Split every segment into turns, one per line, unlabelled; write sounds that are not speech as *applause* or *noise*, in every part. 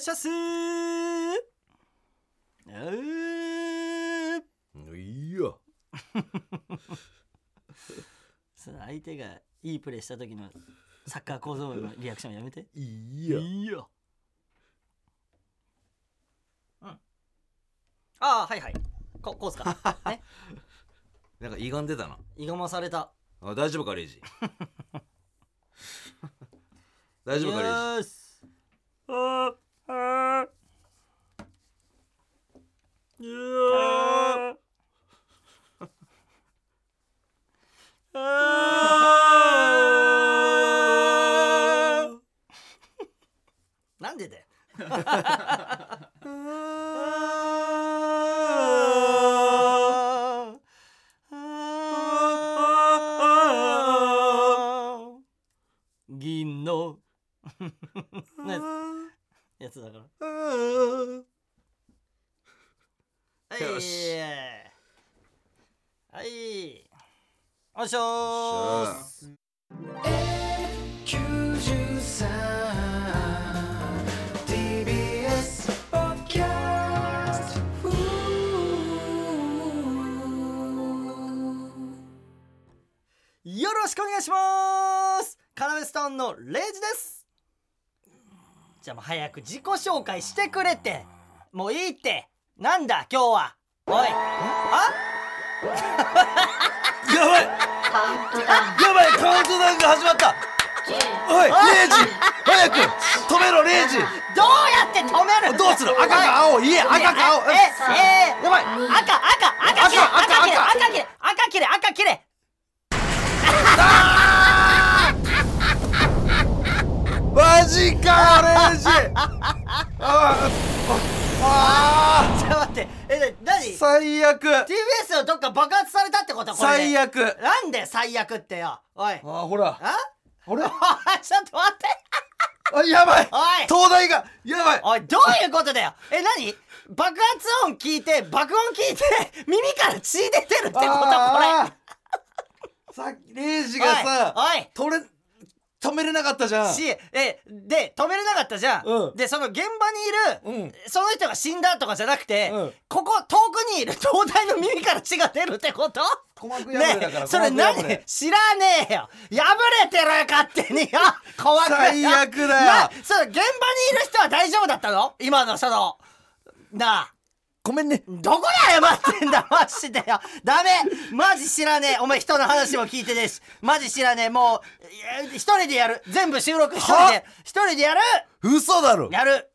しゃっすーうー
いや
その相手がいいプレーした時のサッカー構造部のリアクションやめて
いや
いやうんああはいはいここうっす
*laughs*
かね
なんか胃がんでたな
いがまされた
あ大丈夫か *laughs* レイジ大丈夫
よ
かレイジ
ーしあーあー
*laughs*
あーあーなんでだよ銀の *laughs* ねやつだから。はい。
よし
はい。おっしょーす。
TBS Podcast. Ooh.
よろしくお願いしますカナメスタウンのレイジですじゃあもう早く自己紹介してくれてもういいってなんだ今日はおいあ
やばいやばいカウントダウンが始まったおいレイジ早く止めろレイジ
どうやって止める
どうする赤か青いえ赤か青
えええやばい赤赤赤切れ
赤
赤
赤
切れ
赤
赤切れ赤切れ赤切れ
マジかレイジああ
ちょっと待ってえな何
ー最悪
TBS のどっか爆発されたってことこれで
最悪
なんで最悪ってよおい
あーほら
あ *laughs*
あれ
おいちょっと待って
あやばい
おい
東大がやばい
おいどういうことだよえ何爆発音聞いて爆音聞いて耳から血出てるってことこれ
あーさっきレイジがさ
おいおい
取れ止めれなかったじゃん
しえで止めれなかったじゃん、
うん
でその現場にいる、
うん
その人が死んだとかじゃなくて、
うん
ここ遠くにいる東大の耳から血が出るってこと
鼓膜破れ
ね
だから、
それ
鼓膜
何
破れ
知らねえよ破れてるよ勝手
*laughs*
によ怖く
最悪だよ
なその現場にいる人は大丈夫だったの今のそのなあ
ごめんね
どこで謝ってんだマジでよダメマジ知らねえお前人の話も聞いてねえしマジ知らねえもういや一人でやる全部収録一人で
は
一人でやる
嘘だろ
やる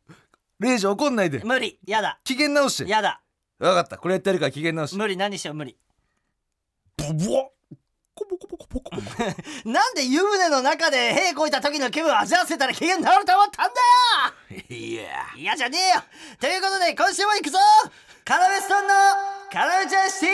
レイジ怒んないで
無理やだ
機嫌直して
やだ
わかったこれやってやるから機嫌直して
無理何しよう無理
ボボコボコボコボコボコ
*laughs* なんで湯船の中で屁こいた時の気分を味わわせたら機嫌治ると思ったんだよ
いや
嫌じゃねえよということで今週も行くぞカナメストンのカナメちゃんシティ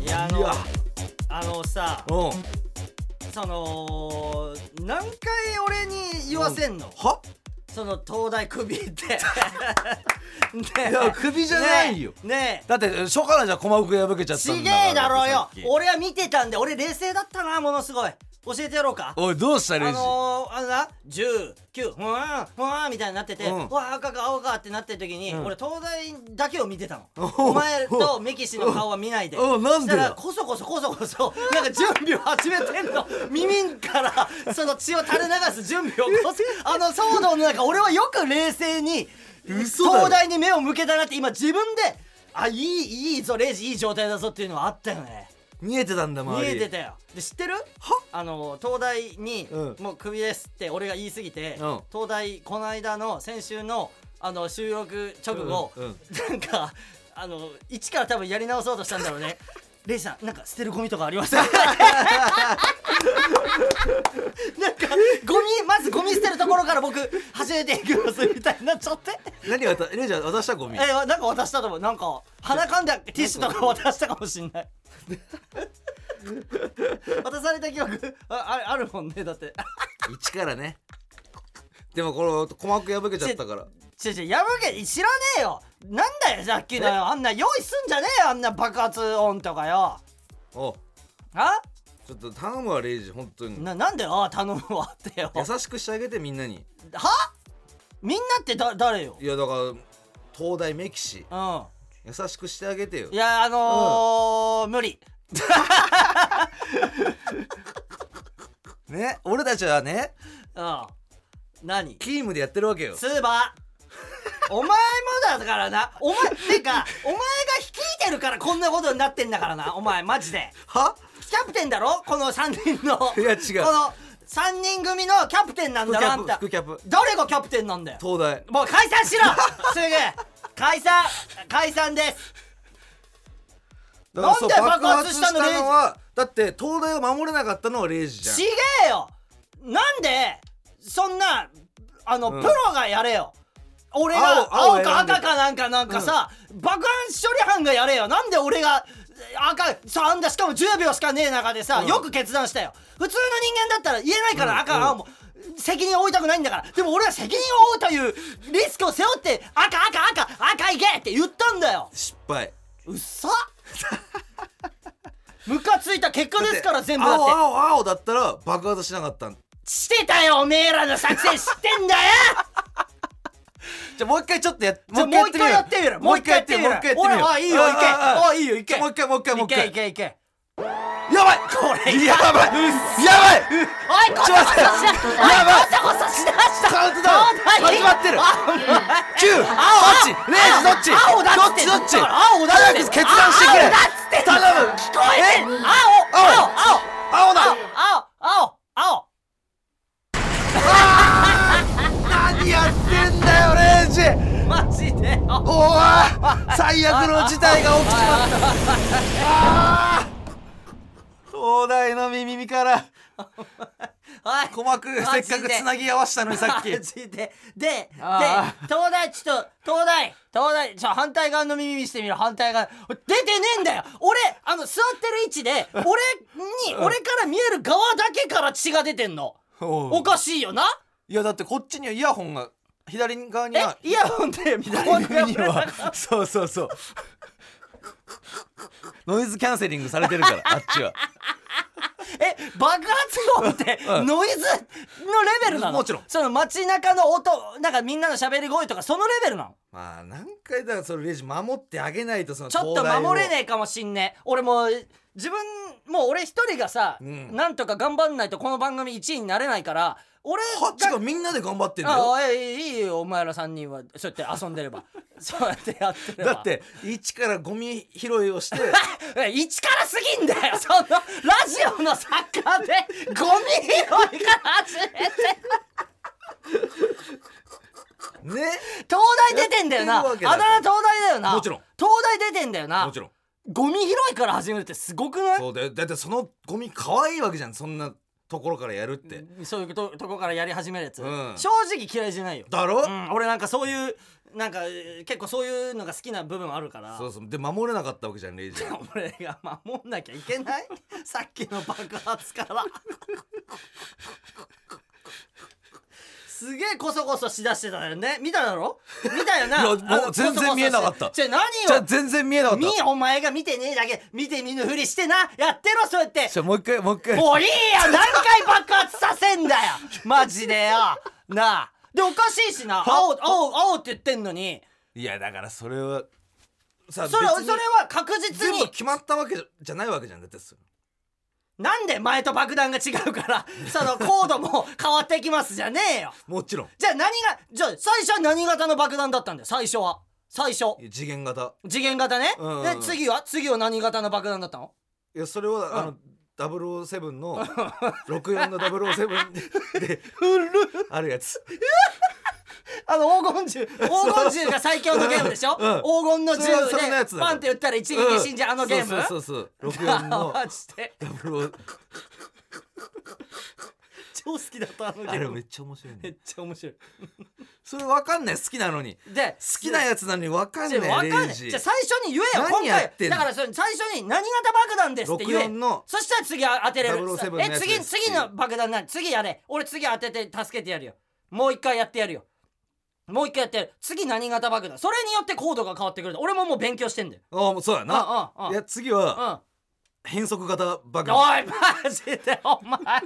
いやあ
い
の
や
あのさ
うん
その何回俺に言わせんの、
は
その東大首って
*laughs*
ねえ
いや首じゃないよ
ねえね
だって初夏のじゃ鼓膜破けちゃ
え
った
ち
ん
げ
だから
えだろうよ
さっき
俺は見てたんで俺冷静だったなものすごい教えてやろうか
おいどうした
あ
レイジ
のー、あのな19ふわーふわーみたいになってて、
うん
うわ赤か青かってなってる時に、
うん
俺東大だけを見てたの
お
お前とメキシの顔は見ないで
おなんで
そしたら
だ
こそこそこそこそなんか準備を始めて
*laughs*
んの耳からその血を垂れ流す準備をこそあの騒動の中俺はよく冷静に
嘘だろ
東大に目を向けたなって今自分であいいいいぞレイジいい状態だぞっていうのはあったよね
見えてたんだ
見
周り
えてたよで知ってるあの東大に、
うん
もうクビですって俺が言い過ぎて、
うん
東大この間の先週のあの収録直後、
うんうん
なんかあの一から多分やり直そうとしたんだろう
*laughs*
ねレイさんなんか捨てるゴミとかあります *laughs* なんかゴミまずゴミ捨てるところから僕初めて行きますみたいになっちゃって
何がレイジは渡したゴミ
えなんか渡したと思うなんか鼻かんだティッシュとか渡したかもしんない *laughs* 渡された記憶あああるもんねだって *laughs*
一からねでもこの鼓膜破けちゃったから
ちょちょ破け知らねえよなんだよさっきのよあんな用意すんじゃねえよあんな爆発音とかよ
お
あ
ちょっと頼むわレイジ本当に
ななんであ頼むわってよ
優しくしてあげてみんなに
はみんなってだ誰よ
いやだから東大メキシ
うん
優しくしてあげてよ
いやあのー無理
ね俺たちはね
うん何
チームでやってるわけよ
スーバーお前もだからなお前てかお前が率いてるからこんなことになってんだからなお前マジで
は
キャプテンだろこの3人の
いや違う
この3人組のキャプテンなん
副
だ
キ
ろあ
ャ
ん
プ
た
副キャプ
誰がキャプテンなんだよ
東大
もう解散
*laughs*
しろすぐ解散解散です
だからそう
なんで爆発したの
爆はだって東大を守れなかったのはレイジじゃん
ちげえよなんでそんなあの、
うん
プロがやれよ俺が青
青
か
青選んで
赤かなんかなんかさ、爆発処理班がやれよなんで俺が赤さあんだしかも10秒しかねえ中でさ、
うん
よく決断したよ普通の人間だったら言えないから、赤青も責任を負いたくないんだからでも俺は責任を負うというリスクを背負って赤赤赤赤いけって言ったんだよ
失敗
うっ
*laughs*
さムカついた結果ですから全部だって
青青青だったら爆発しなかったん
してたよおめえらの作戦知ってんだよ
じゃあもう一回ちょっとやっ
じゃあもう一回やってみろ
もう一回やってみろ
もう一回やってみろ
もう一回や
おいお
ってみろ
いいいよいけ
ああ
おいいいよいけ
もう一回もう一回
い
もう一
け
回
いけいけ
やばいこれやばいやばい
おいこそこそしな
ちょっと
お
待って
い
やばい
こそこそしなした
カウントダウン
そうだよ
始まってる
あ
九どっちレイジどっち
青だっつってん
どっちどっち
だから青だっつって
早く決断してくれ
青だっつってんだ
頼む
聞こえて
え
ん青
青
青
青だ
青青青
何やってんだよレイジ
青マジでよ
おお最悪の事態が起きちまったあー東大の耳から
おい
鼓膜せっかくつなぎ合わせたのにさっき
マジででで
あー
東大ちょっと東大東大ちょ反対側の耳見してみろ反対側出てねえんだよ俺あの座ってる位
*laughs*
置で俺に俺から見える側だけから血が出てんの
お
*laughs* おかしいよない
やだってこっちにはイヤホンが左側に
え
は
イヤホンで
左側にはそうそうそうノイズキャンセリングされてる
*laughs*
からあっちは
*laughs* え爆発音って
うん
ノイズのレベルなの
もちろん
その街中の音なんかみんなの喋り声とかそのレベルなの
まあ何回だからそれレジ守ってあげないとその
ちょっと
東大を
守れねえかもしんねえ俺もう自分もう俺一人がさ、
うん
なんとか頑張んないとこの番組1位になれないから俺
こっちがみんなで頑張ってんだ
あ
よ
おいいいよお前ら3人はそうやって遊んでれば *laughs* そうやってやってれば
だって一からゴミ拾いをして
*laughs* え一からすぎんだよそのラジオの作家
*laughs*
でゴミ拾いから始めて
ね
東大出てんだよな
やってるわ
あ
けだから
だ名東大だよな
もちろん
東大出てんだよな
もちろん
ゴミ拾いから始めるってすごくない
そうだよだってそのゴミ可愛いわけじゃんそんなところからやるって
そういうととこからやり始めるやつ、
うん
正直嫌いじゃないよ、
だろ、
うん、俺なんかそういうなんかえー結構そういうのが好きな部分あるから
そうそうで守れなかったわけじゃんレイジ
俺が守んなきゃいけ
*laughs*
ないさっきの爆発からすげえこそこそしだしてたよね見ただろ見たよ
*laughs*
ない
や
あの
もう全然
コソコソして
見えなかった
じゃあ何
じゃあ
を
全然見えなかっ
見
た
お前が見てねえだけ見て見ぬふりしてなやってろそうやって
じゃあもう一回もう一回
もういいよ何回爆発させんだよマジでよなあでおかしいしな青青青って言ってんのに
いやだからそれはさ
それ
別
そ
に
れは確実
全部
に
決まったわけじゃないわけじゃんだってそれ
なんで前と爆弾が違う
*laughs*
からそのコードも変わってきますじゃねえよ
もちろん
じゃあ何がじゃあ最初は何型の爆弾だったんだよ最初は最初
いや次元型
次元型ね、
うん
で次は次は何型の爆弾だったの
いやそれはあの、007の64の007であるやつ
あの黄金銃黄金銃が最強のゲームでしょ、
*laughs* うん
黄金の
それはそ
銃
れのやつ
で
だ
パンって撃ったら一撃で死んじゃう、あのゲーム
そうそうそうそう64
*laughs*
の
マジ
*laughs*
で
00
超好きだったあのゲ
あれ
ー
め
ム
っちゃ面白い
め
ね
っちゃ面白い
それわかんない好きなのに
で
好きなやつなのにわかん
じ
な
ゃ
い
わかんない
レイジ
じゃあ最初に言えよ
何
今
やって
回
んの
だからその最初に何型爆弾ですって言え
64の
そしたら次当てれる
007のや
え
つです
次次の爆弾何次やれ俺次当てて助けてやるよもう一回やってやるよもう一回やってやる次何型爆弾それによってコードが変わってくる俺ももう勉強してんだよ
ああもうそうやな
うんうんうん
いや次は
うん
変則型爆弾
おいマジで *laughs* お前わか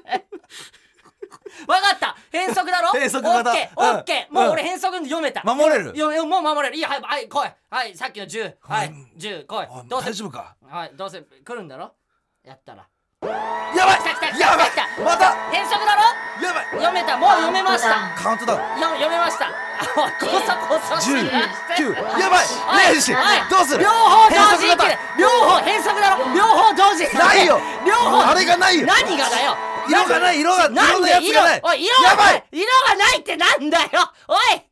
った変則だろ
変則型
オッケーオッケー、
うん
もう俺
うん
変則読めた
守れる
よよもう守れるいいよはい、はい、来いはいさっきの10はい
うん
10来い
おい
どうせ
大丈夫か
はいどうせ来るんだろやったら
やばい
来た来た来た
やばい
来た
また
変則だろ
やばい
読めたもう読めました
カウントダウン
よ読めま
*laughs*
したあこそこそし
十
なし
九
て
やばい零時
はい
どうする
両方同時に
変
いけ
則
る
型
両方変則だろ両方同時にいける
ないよ
両方
あれがないよ
何がだよ
色がない色が
なんで色
色のやつがない
おい色が
やば
ないい色がないってなんだよおい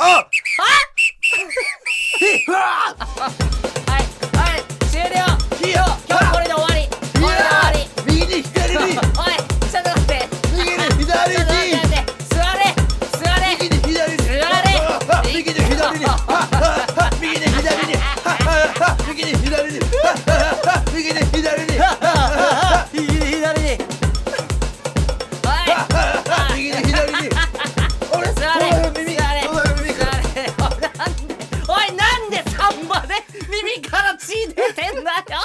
あ
あ
ひうわー
はいはい終了
ひよ
今日これで終わりこれで終わり
右に左に
おいちょっと待って
右に
ちょ
左
っと待って
に
待って座れ座れ
右に左に
あれ
右に左にはっはっは右に左にはっはっは右に左にはっはっは右に左
左に
にはっはっは
左におい
右に左に俺
座れ
俺の耳
座れ
俺の耳
座れなんでおいなんでサンバで耳から血出てんだよ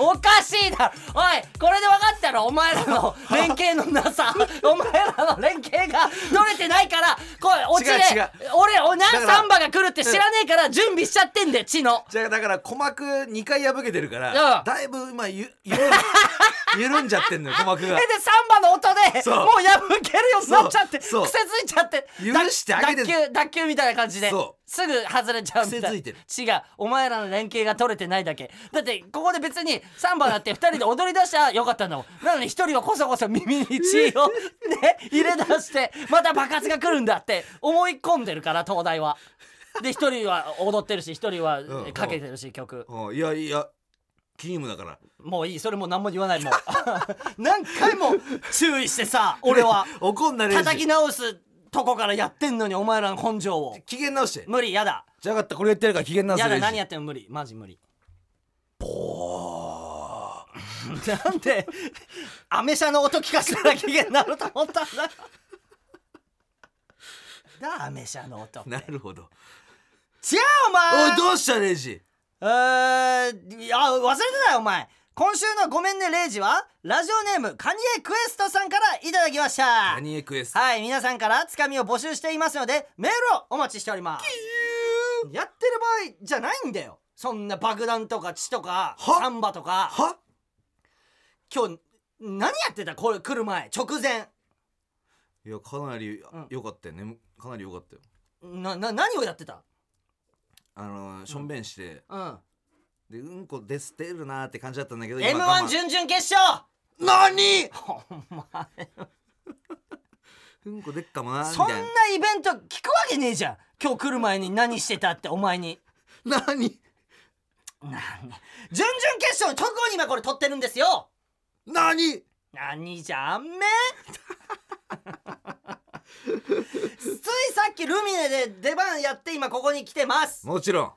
おかしいだろおいこれで分かったろお前らの連携のなさお前らの連携が取れてないからこう落ちで
違う違う
俺おな
だから
サンバが来るって知らねえから準備しちゃってんだよ血の
じゃあだから鼓膜2回破けてるか
う
ら
ん
だいぶ今ゆ *laughs* 緩ん緩んじゃってんのよ鼓膜
え
が
でサンバの音で
そう
もう破けるようになっちゃって癖
そうそう
ついちゃって
許してあげて
脱臼脱臼みたいな感じで
そ
すぐ外れちゃうみたいな
癖ついてる
違うお前らの連携が取れてないだけだってここで別にサンバだって2人で踊り出したらよかったんだもんなのに1人はこそこそ耳に血
*laughs*
をね入れ出してまた爆発が来るんだって思い込んでるから東大は。で1人は踊ってるし1人は
ん
かけてるし曲
うんいやいやキームだから
もういいそれもう何も言わないもう *laughs* 何回も注意してさ俺
*laughs*
は
怒んなレイジ
叩き直すとこからやってんのにお前らの根性を
機嫌直して
無理やだ
じゃあ分かったこれやってやるから機嫌直せ
やだ
レイジ
何やっても無理マジ無理ボー *laughs* なんでアメ車の音聞かせたら機嫌なると思ったん
*laughs*
だだアメ車の音
なるほど
違うお
お
前
いどうしたレイジ
えー、いや忘れてたよお前今週の「ごめんねレイジは」ラジオネームカニエクエストさんからいただきました
何エクエス
はい皆さんからつかみを募集していますのでメールをお待ちしておりますやってる場合じゃないんだよそんな爆弾とか血とか
は
サンバとか
は
今日何やってたこれ来る前直前
いやかなり
うん
良かったよねかなり良かったよ
なな何をやってた
あのーしょんべんして
うん
でうんこ出捨てるなーって感じだったんだけど
m
今我慢
1準々決勝
何
お前
うんこでっかもなー
そ
み
んな
た
い
な
イベント聞くわけねえじゃん今日来る前に何してたってお前に
何
なん準々決勝直後に今これ撮ってるんですよ
何
何じゃんめついさっきルミネで出番やって今ここに来てます
もちろん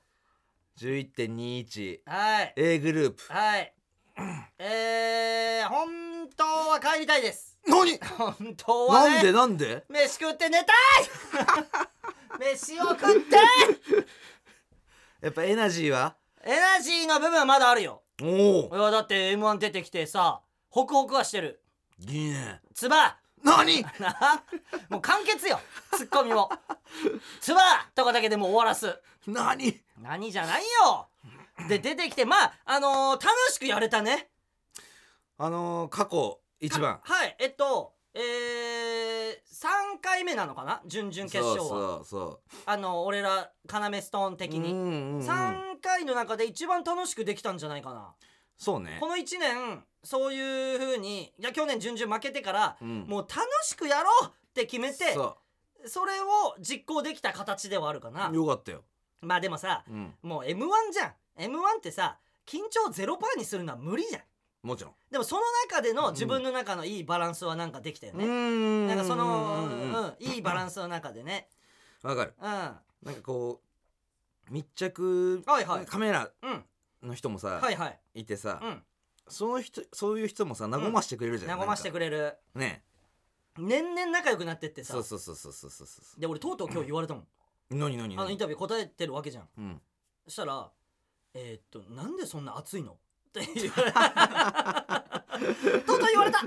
11.21
はい
A グループ
はいえー、本当は帰りたいです
何
本当はね
なんでなんで
飯食って寝
*laughs*
たい飯を食って
やっぱエナジーは
エナジーの部分はまだあるよ
お
い
お
やだって m 1出てきてさホクホクはしてる
いいね
つば
何
な *laughs* もう完結よツッコミもつばとかだけでもう終わらす
何
何じゃないよで出てきてまああのー楽しくやれたね
あのー、過去一番
はいえっとえー、3回目なのかな準々決勝は
そうそう
あの俺ら要ストーン
そう
的
うん
に、
うんうん
3回の中で一番楽しくできたんじゃないかな
そうね
この1年そういう風にいや去年準々負けてから、
うん
もう楽しくやろうって決めて
そ
それを実行できた形ではあるかな
うよかったよ
まあでもさ
うん
もう m 1じゃん m 1ってさ緊張ゼロパーにするのは無理じゃん
もちろん
でもその中での自分の中のいいバランスはなんかできたよ
うー
ね、
ん
なんかその、
う
うん
うん
ん
うん
いいバランスの中でね
わかる
うんは
なんかこう密着
はいはい
カメラ
うん
の人もさ、
いはい
い、てさ、
うん
その人そういう人もさ和ましてくれるじゃん、
和まして
れ
くれる
ね
年々仲良くなってってさ
そうそうそうそうそうそうそ
で俺とうとう今日言われたもん、
う何何
あのイン
何
タビュー答えてるわけじゃん
うん
そしたら「えーっとなんでそんな熱いの?」って言われ *laughs* とうとう言 *laughs* われた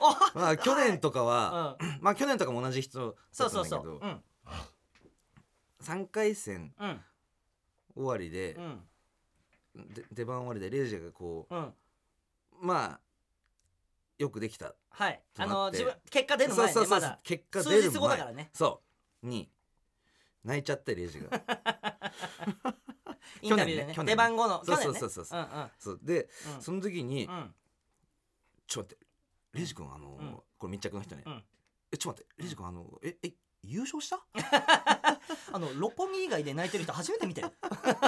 あ
まあ去年とかは、
うん
まあ去年とかも同じ人
そ
だ
う
っ
そ
たん
う
だけど
そううん
3回戦
うん
終わりで
う、ん
で出番終わりでレイジがこ
うん
うまあよくできた
はい
となっ
あ
て
の自分結果出る
そう
前
そう
ね
そ
ま
う
だ
結果出
数
る
日後だ
前
からね
そうに泣いちゃってレイジが
インタビューで
去年ね
ね
去年ね
出番後の去
そ
年
う
ね
そうそうそうそ
うんうん
そうで、
うん
その時に、
うん
ちょっと待ってレイジ君あのー
うん
これ密着の人ね、
うん
えちょっと待ってレイジ君あのええ優勝した
あの六本木以外で泣いてる人初めて見たよ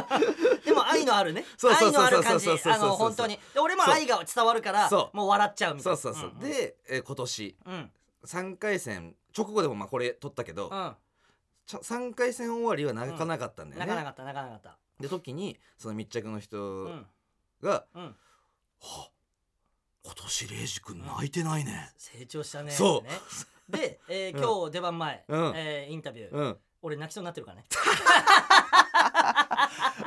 *laughs* でも愛のあるね
そうそう
愛
そう
のあ
そ
る
う
感じ
そうそうそう
あの本当にで俺も愛が伝わるから
そう
もう笑っちゃうみたい
そう
な
そうそう、
んん
で、え今年
うん
3回戦直後でもまあこれ取ったけど、
うん
ちゃ3回戦終わりは泣かなかったんだよ
泣
ね、
かなかった泣かなかった
で時にその密着の人
う
が、
んうん
は今年レイジ君泣いてないね、
成長したね
そう
ねで、えー
うん
今日出番前、
うん
えーインタビュー、
うん
俺泣きそうになってるから
*laughs*
ね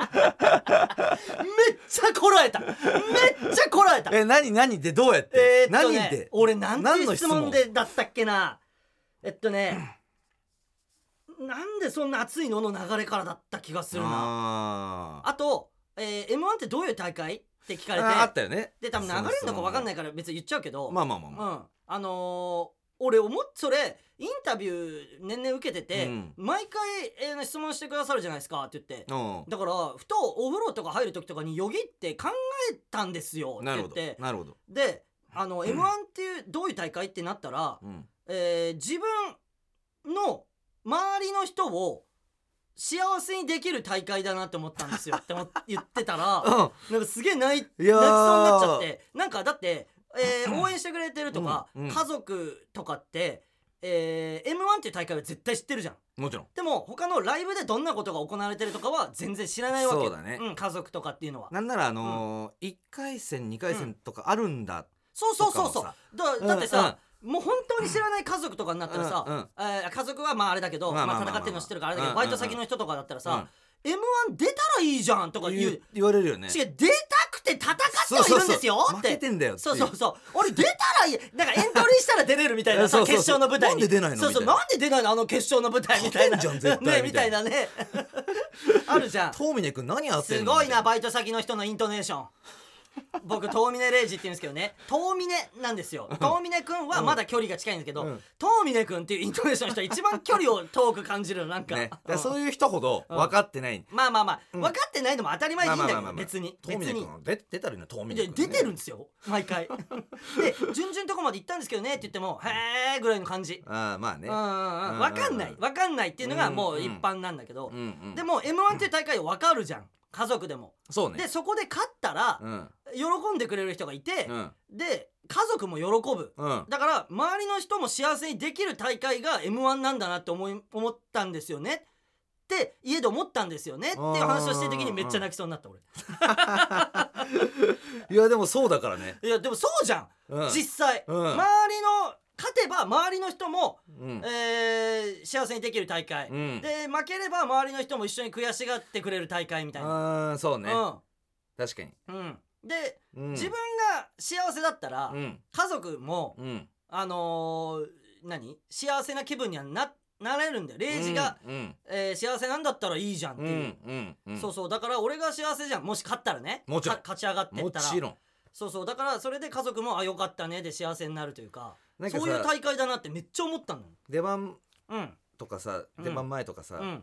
めっちゃこらえためっちゃこらえた
え何何でどうやって、
えーっと
何
ね
で
俺なん
何
て
の
質
質
問
問
でだったっけなえっとねなんでそんな熱いのの流れからだった気がするな
あー
あと、えー、m 1ってどういう大会って聞かれて
ああったよね
で多分流れるのか分かんないいから別に言っちゃうけど
まあまあまあまあ、
うん、あのー俺思っそれインタビュー年々受けてて、
うん
毎回、えー質問してくださるじゃないですかって言って、
うん
だからふとお風呂とか入る時とかによぎって考えたんですよって
なる
言
ほ
っ
ど
て
なるほど、
であの m 1っていうどういう大会ってなったら、
うん、
えー自分の周りの人を幸せにできる大会だなって思ったんですよって思っ言ってたら
*laughs* うん
なんかすげえ泣い
いやー
泣きそうになっちゃってなんかだって、え
*clears throat*
ー応援してくれてるとか、
うんうん
家族とかって、えー、m 1っていう大会は絶対知ってるじゃん
もちろん
でも他のライブでどんなことが行われてるとかは全然知らないわけ
そうだね
ん、家族とかっていうのは
なんならあのー一回戦二回戦とかあるんだ、
そうそうそうそう
とか
だだってさ、もう本当に知らない家族とかになったらさ、
うんうん
えー家族はまああれだけど、
ま
まあ
あまあまあ
戦ってるの知ってるからあれだけど、
うんうんうん
バイト先の人とかだったらさ「m 1出たらいいじゃん」とか
うん
言
言
う
う言われるよね
違う出たくて戦ってはいるんですよ
そうそうそ
っ
う負
て
けてんだよってい
そうそうそう俺出たらいいだからエントリーしたら出れるみたいなさ
*laughs* そうそうそ
決勝
う
の舞台に
なんで出ないの
そうそう
みたいな
なんで出ないのあの決勝の舞台みたいな
勝てんじゃん絶対
ねみたいなねあるじゃん
トーミネ君何やって
す
んの
ごいなバイト先の人のイントネーション僕トーミネレイジって言うんですけどねトーミネなんですよトーミネ君はまだ距離が近いんですけど、
うん
トーミネ君っていうイントネーションの人は一番距離を遠く感じるのなんか,、
ね、だから
う
そ
ん
ういう人ほど分かってない、
まあまあまあ、分かってないのも当たり前でいいんだけど別に
トーミ
別
ネ
に
君は出出たらいいのトーミ
で
ネ君、
出てるんですよ毎 *laughs* 回で順々とこまで行ったんですけどねって言っても「へえ」ぐらいの感じ、
ああまあね
うんうんうん、分かんない分かんないっていうのがもう一般なんだけど、
うんうん
でも m 1っていう大会分かるじゃん家族でも、
そうね
でそこで勝ったら
うん
喜んでくれる人がいて
う、ん
で家族も喜ぶ
うん
だから周りの人も幸せにできる大会が m 1なんだなって思い思ったんですよねって家で思ったんですよねっていう話をしてる時にめっちゃ泣きそうになった俺
いやでもそうだからね、
いやでもそうじゃん
うん、
実際、
うん
周りの勝てば周りの人も、
うん
えー幸せにできる大会、
うん
で負ければ周りの人も一緒に悔しがってくれる大会みたいな、
あーそうね、確かに、
うんうん、で、
うん、
自分が幸せだったら、
うん
家族も、
うん
あのー何幸せな気分にはななれるんだよレイジが、
うん
えー幸せなんだったらいいじゃんって
うんう
いう、
んうんうん
そうそうだから俺が幸せじゃんもし勝ったらね
もちろん
か勝ち上がってっ
も
たら
ちろん
そうそうだからそれで家族もあよかったねで幸せになるというか
なんかさ
そういう大会だなってめっちゃ思ったのよ
出番
うん
とかさ
うん
出番前とかさ、
うん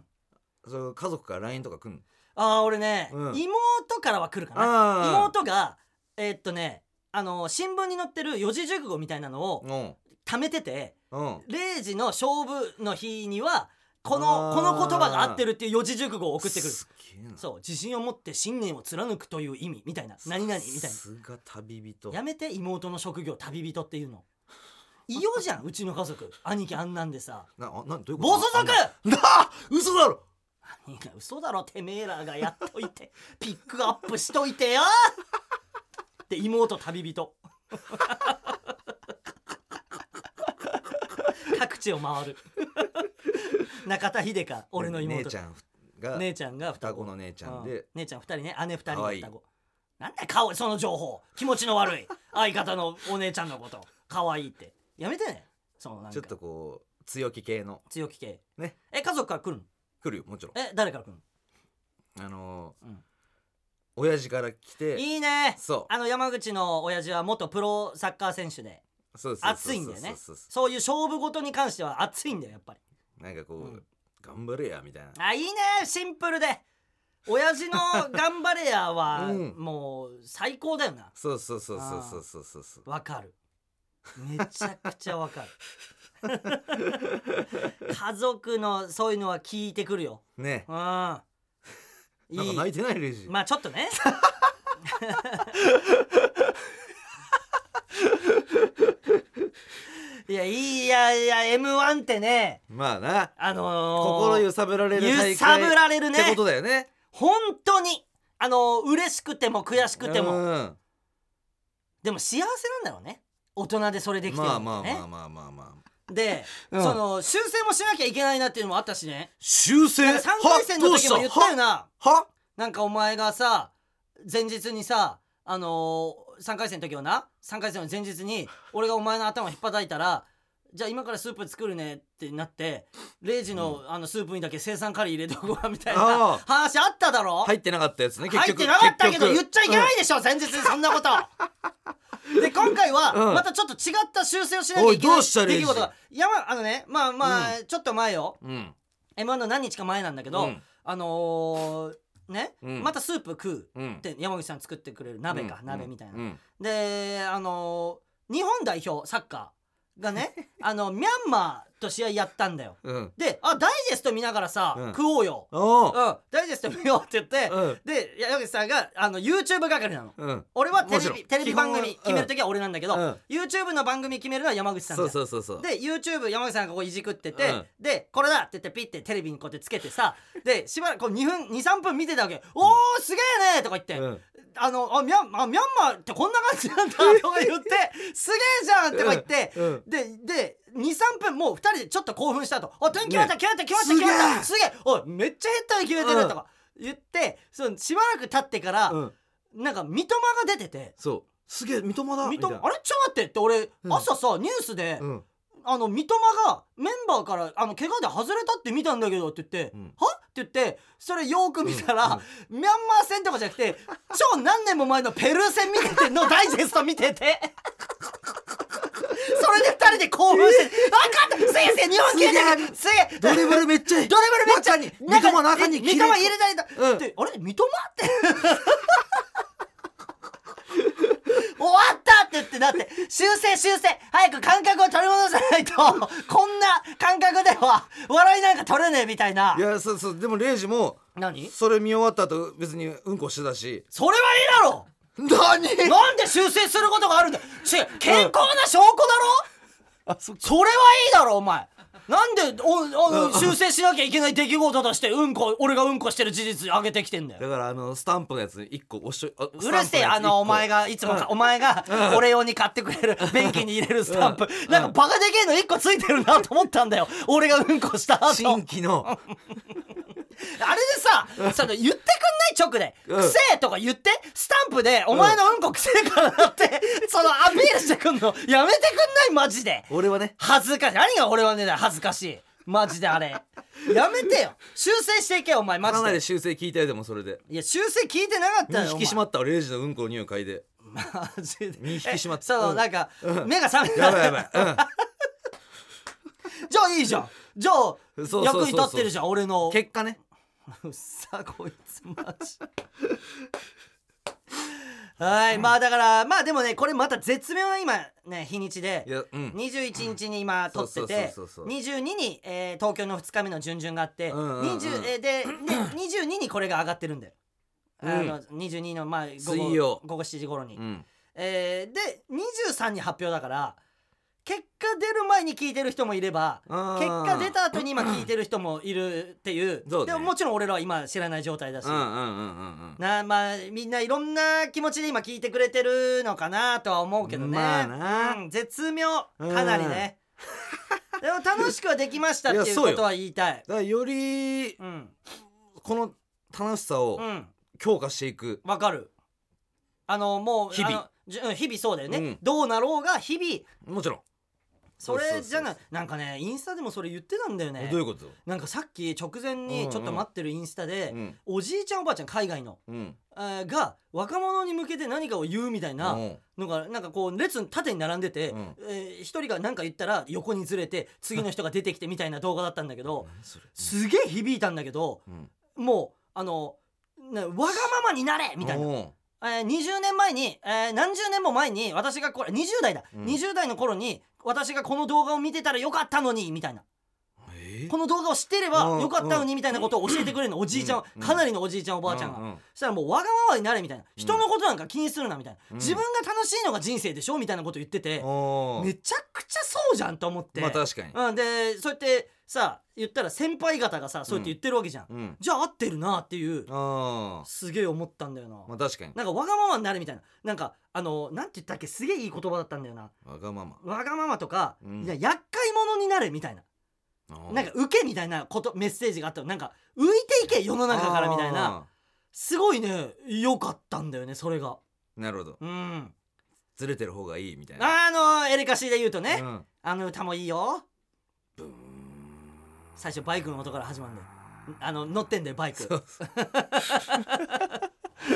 その家族から LINE とか来んの
ああ俺ね、
うん
妹からは来るかな
あ
妹がえーっとねあの新聞に載ってる四字熟語みたいなのを
妹
貯めてて
うんうん
0時の勝負の日にはこの
あー
この言葉が合ってるっていう四字熟語を送ってくる
すげえな
そう自信を持って信念を貫くという意味みたいな何々みたいな
さすが旅人
やめて妹の職業旅人っていうの異様
*laughs*
じゃんうちの家族兄貴あんなんでさ
なあなどういうこと
暴走族
あんななあ嘘だろ
何が *laughs* 嘘だろてめえらがやっといて *laughs* ピックアップしといてよ *laughs* で妹旅人 *laughs* 各地を回る *laughs* 中田秀香俺の妹
姉ちゃんが
姉ちゃんが
双子の姉ちゃんで、
う姉ちゃん2人ね姉2人
可
の
愛い
双子なんだよ顔その情報気持ちの悪い *laughs* 相方のお姉ちゃんのこと可愛いってやめてねそのなんか
ちょっとこう強気系の
強気系
ね
え家族から来るの
来るよもちろん
え誰から来るの
あのー
うん
親父から来て
いいね
そう
あの山口の親父は元プロサッカー選手で
そうそうそう
熱いんだよね
そうそうそ
そういう勝負事に関しては熱いんだよやっぱり
うなんかこう、
うん
頑張れやみたいな
あいいねシンプルで親父の「頑張れや」 *laughs* は
うん
もう最高だよな
そうそうそうそうそうそうそうそう
わかるめちゃくちゃわか *laughs* る家族のそういうのは聞いてくるよ
ね
うんなん
なんか泣いてないレイジ、
まあちょっと
*laughs*
ねいやいやいや m 1ってね
まあな
あのー
心揺さぶられる大会
揺さぶられるね
ってことだよね
本当にあのー嬉しくても悔しくても
うん
でも幸せなんだろうね大人でそれできてる
まあ
のね、
まあまあまあまあまあ
で、
うん
その修正もしなきゃいけないなっていうのもあったしね
修正
3回戦の時も言ったよな
は
なんかお前がさ前日にさあのー、3回戦の時はな3回戦の前日に俺がお前の頭を引っ叩いたらじゃあ今からスープ作るねってなってレイジの,、あのスープにだけ生産カリー入れとこうみたい
あ
な
あ
話あっただろ
入ってなかったやつね結
入っ
局
てなかったけど
結
言
局
っちゃいけないでしょ、前日にそんなこと
*laughs*
で今回
う
は
ん
またちょっと違った修正をしなきゃいけ
お
な
いど
いう
した
出
レイジ
来事がいやまああのねまあまあ、ちょっと前よ
うん
m 1の何日か前なんだけど、
うん
あのーね、
うん
またスープ食う
うん
って山口さん作ってくれる鍋か、鍋みたいな、
うん
であのー日本代表サッカーがね
*laughs*
あのミャンマーと試合やったんだよ
うん
であダイジェスト見ながらさ、
うん
食おうよ、
お
うん、ダイジェスト見ようって言って、
うん
で山口さんがあの YouTube 係なの
うん
俺はテ
もち
レ
ろ
ビ
ん
テレビ番組
基本は
決める時は俺なんだけど、
うん
YouTube の番組決めるのは山口さんだ
そ
よ
うそうそうそう
で YouTube 山口さんがこういじくってて、
うん
でこれだって言ってピッてテレビにこうやってつけてさ
*laughs*
でしばらくこう2分23分見てたわけ「おーすげえね!」とか言って、
うん
あのあミャンあ「ミャンマーってこんな感じなんだ」とか言って
*laughs*
「すげえじゃん!」とか言って。
うんうん
でで23分もう2人でちょっと興奮したと「お天気決まった
ね
決まった決まった
すげ
決
え
まったすげえおいめっちゃヘッドで決めてる」とか言って、そのしばらく経ってから、
うん
なんか三笘が出てて
そうすげえ三笘
「
だ
三
みたい
笘
な
あれちょっと待って」って俺、
うん
朝さニュースで、
うん
あの三笘がメンバーからあの怪我で外れたって見たんだけどって言って、
うん
はって言ってそれよーく見たら、ミャンマー戦とかじゃなくて超何年も前のペルー戦見ててのダイジェスト見て
*laughs*
て。それで二人で興奮して「分かった先生日本消えてるすげえ
ドリブルめっちゃいい
ドリブルめっちゃ
中に三笘中に
三笘入れたりだ、
うん
ってあれ三笘って *laughs* 終わったって言ってだって修正修正早く感覚を取り戻さないとこんな感覚では笑いなんか取れねえみたいない
やそうそうでもレイジも
何
それ見終わった後別にうんこしてたし
それはいいだろ
何
なんで修正することがあるんだし健康な証拠だろ、
あそっか
それはいいだろお前なんでお
う
お
ん
修正しなきゃいけない出来事としてうんこ俺がうんこしてる事実上げてきてんだよ
だからあのスタンプのやつ一個押しとあ
うるせえ
スタ
あ
ンプやつ一個
のお前がいつもかお前が俺用に買ってくれる便器に入れるスタンプ
うん
なんかバカでけえの1個ついてるなと思ったんだよ俺がうんこした後あれ
新規の
でさその言ってくんない直で「
うん
くせえ」とか言ってスタンプで「お前のうんこくせえからな」ってそのアピールしてくんのやめてくんないマジで
俺はね
恥ずかしい何が俺はね恥ずかしいマジであれやめてよ修正していけよお前マ
か
ジ
なり
で
修正聞いたよでもそれで
いや修正聞いてなかったよ
身引き締まったわレイジのうんこの匂い嗅いで
マジで
身引き締まって
えそう
うん
なんか目が覚め
や
た
ばいやばい、うん
*laughs* じゃあいいじゃんじゃあ
そうそうそう
役に立ってるじゃん俺の
結果ね
*laughs* うっさこいつマジはいまあだからまあでもねこれまた絶妙な今ね日にちで
いやうん
21日に今撮ってて
そうそうそうそう
22に、えー東京の2日目の準々があって、
うんうんうん
20えーでで22にこれが上がってるんだよ。
うん
あの22の、まあ、午
水曜
後午後7時頃に、
うん
えーで23に発表だから結果出る前に聞いてる人もいれば結
うん
果出た後に今聞いてる人もいるっていう
そう
で
ね
ももちろん俺らは今知らない状態だし、
うんうんうんうん
なまあみんないろんな気持ちで今聞いてくれてるのかなとは思うけどね、
まあな
うん絶妙かなりね、でも楽しくはできましたって
い
い
や
う
そう
こ
よ
とは言いたい
だからより
うん
この楽しさを
うん
強化していく、
わかるあのもう
日々
あのじうん日々そうだよね、
うん
どうなろうが日々
もちろん、
それじゃな
そうそうそう
なんかねインスタでもそれ言ってたんだよね
どういうこと、
なんかさっき直前
うんう
に
ん
ちょっと待ってるインスタで、
うん
おじいちゃんおばあちゃん海外の、
うん
えーが若者に向けて何かを言うみたいな
うん
のがなんかこう列に縦に並んでて、
うん
えー一人が何か言ったら横にずれ
*laughs*
て次の人が出てきてみたいな動画だったんだけど
何それ
すげえ響いたんだけど
うん
もうあのなわがままになれみたいな
うん
えー20年前に、えー何十年も前に私がこれ20代だ、
うん
20代の頃に私がこの動画を見てたらよかったのにみたいな
え
この動画を知ってれば
うん
よかったのにみたいなことを教えてくれるのおじいちゃんは
うん
かなりのおじいちゃんおばあちゃんが、
うう
そしたらもうわがままになれみたいな人のことなんか気にするなみたいな、
うん
自分が楽しいのが人生でしょみたいなこと言ってて、
おー
めちゃくちゃそうじゃんと思って、
まあ確かに、
うん、でそうやってさ言ったら先輩方がさそうやって言ってるわけじゃん、
うん、
じゃあ合ってるなっていう
あー
すげえ思ったんだよな、
まあ確かに
なんかわがままになるみたいななんかあのなんて言ったっけすげえいい言葉だったんだよな
わがまま
わがままとか、
うん
いや厄介者になれみたいな
あー
なんか受けみたいなことメッセージがあったのなんか浮いていけ世の中からみたいな
あ
すごいね良かったんだよねそれが
ーなるほど
うん
ずれてる方がいいみたいな
あのエレカシで言うとね、
うん
あの歌もいいよ最初バイクの音から始まるんだよあの乗ってんだよバイク
そうそ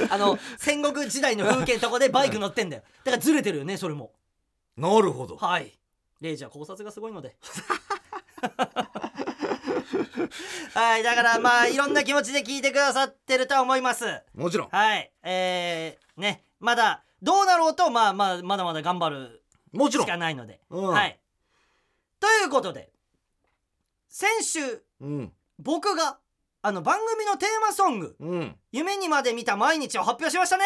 あの戦国時代の風景のとこでバイク乗ってんだよだからずれてるよねそれも
うなるほど
はい。レイジは考察がすごい
*laughs*
ので。はい、だからまあいろんな気持ちで聞いてくださってるとは思います。
もちろん
はい、えー、ね、まだどうなろうとまあまあまだまだ頑張る
もち
し
ろ
か
ん
ないので。
うん
はい。ということで、先週
うん
僕があの番組のテーマソング
うん
夢にまで見た毎日を発表しましたね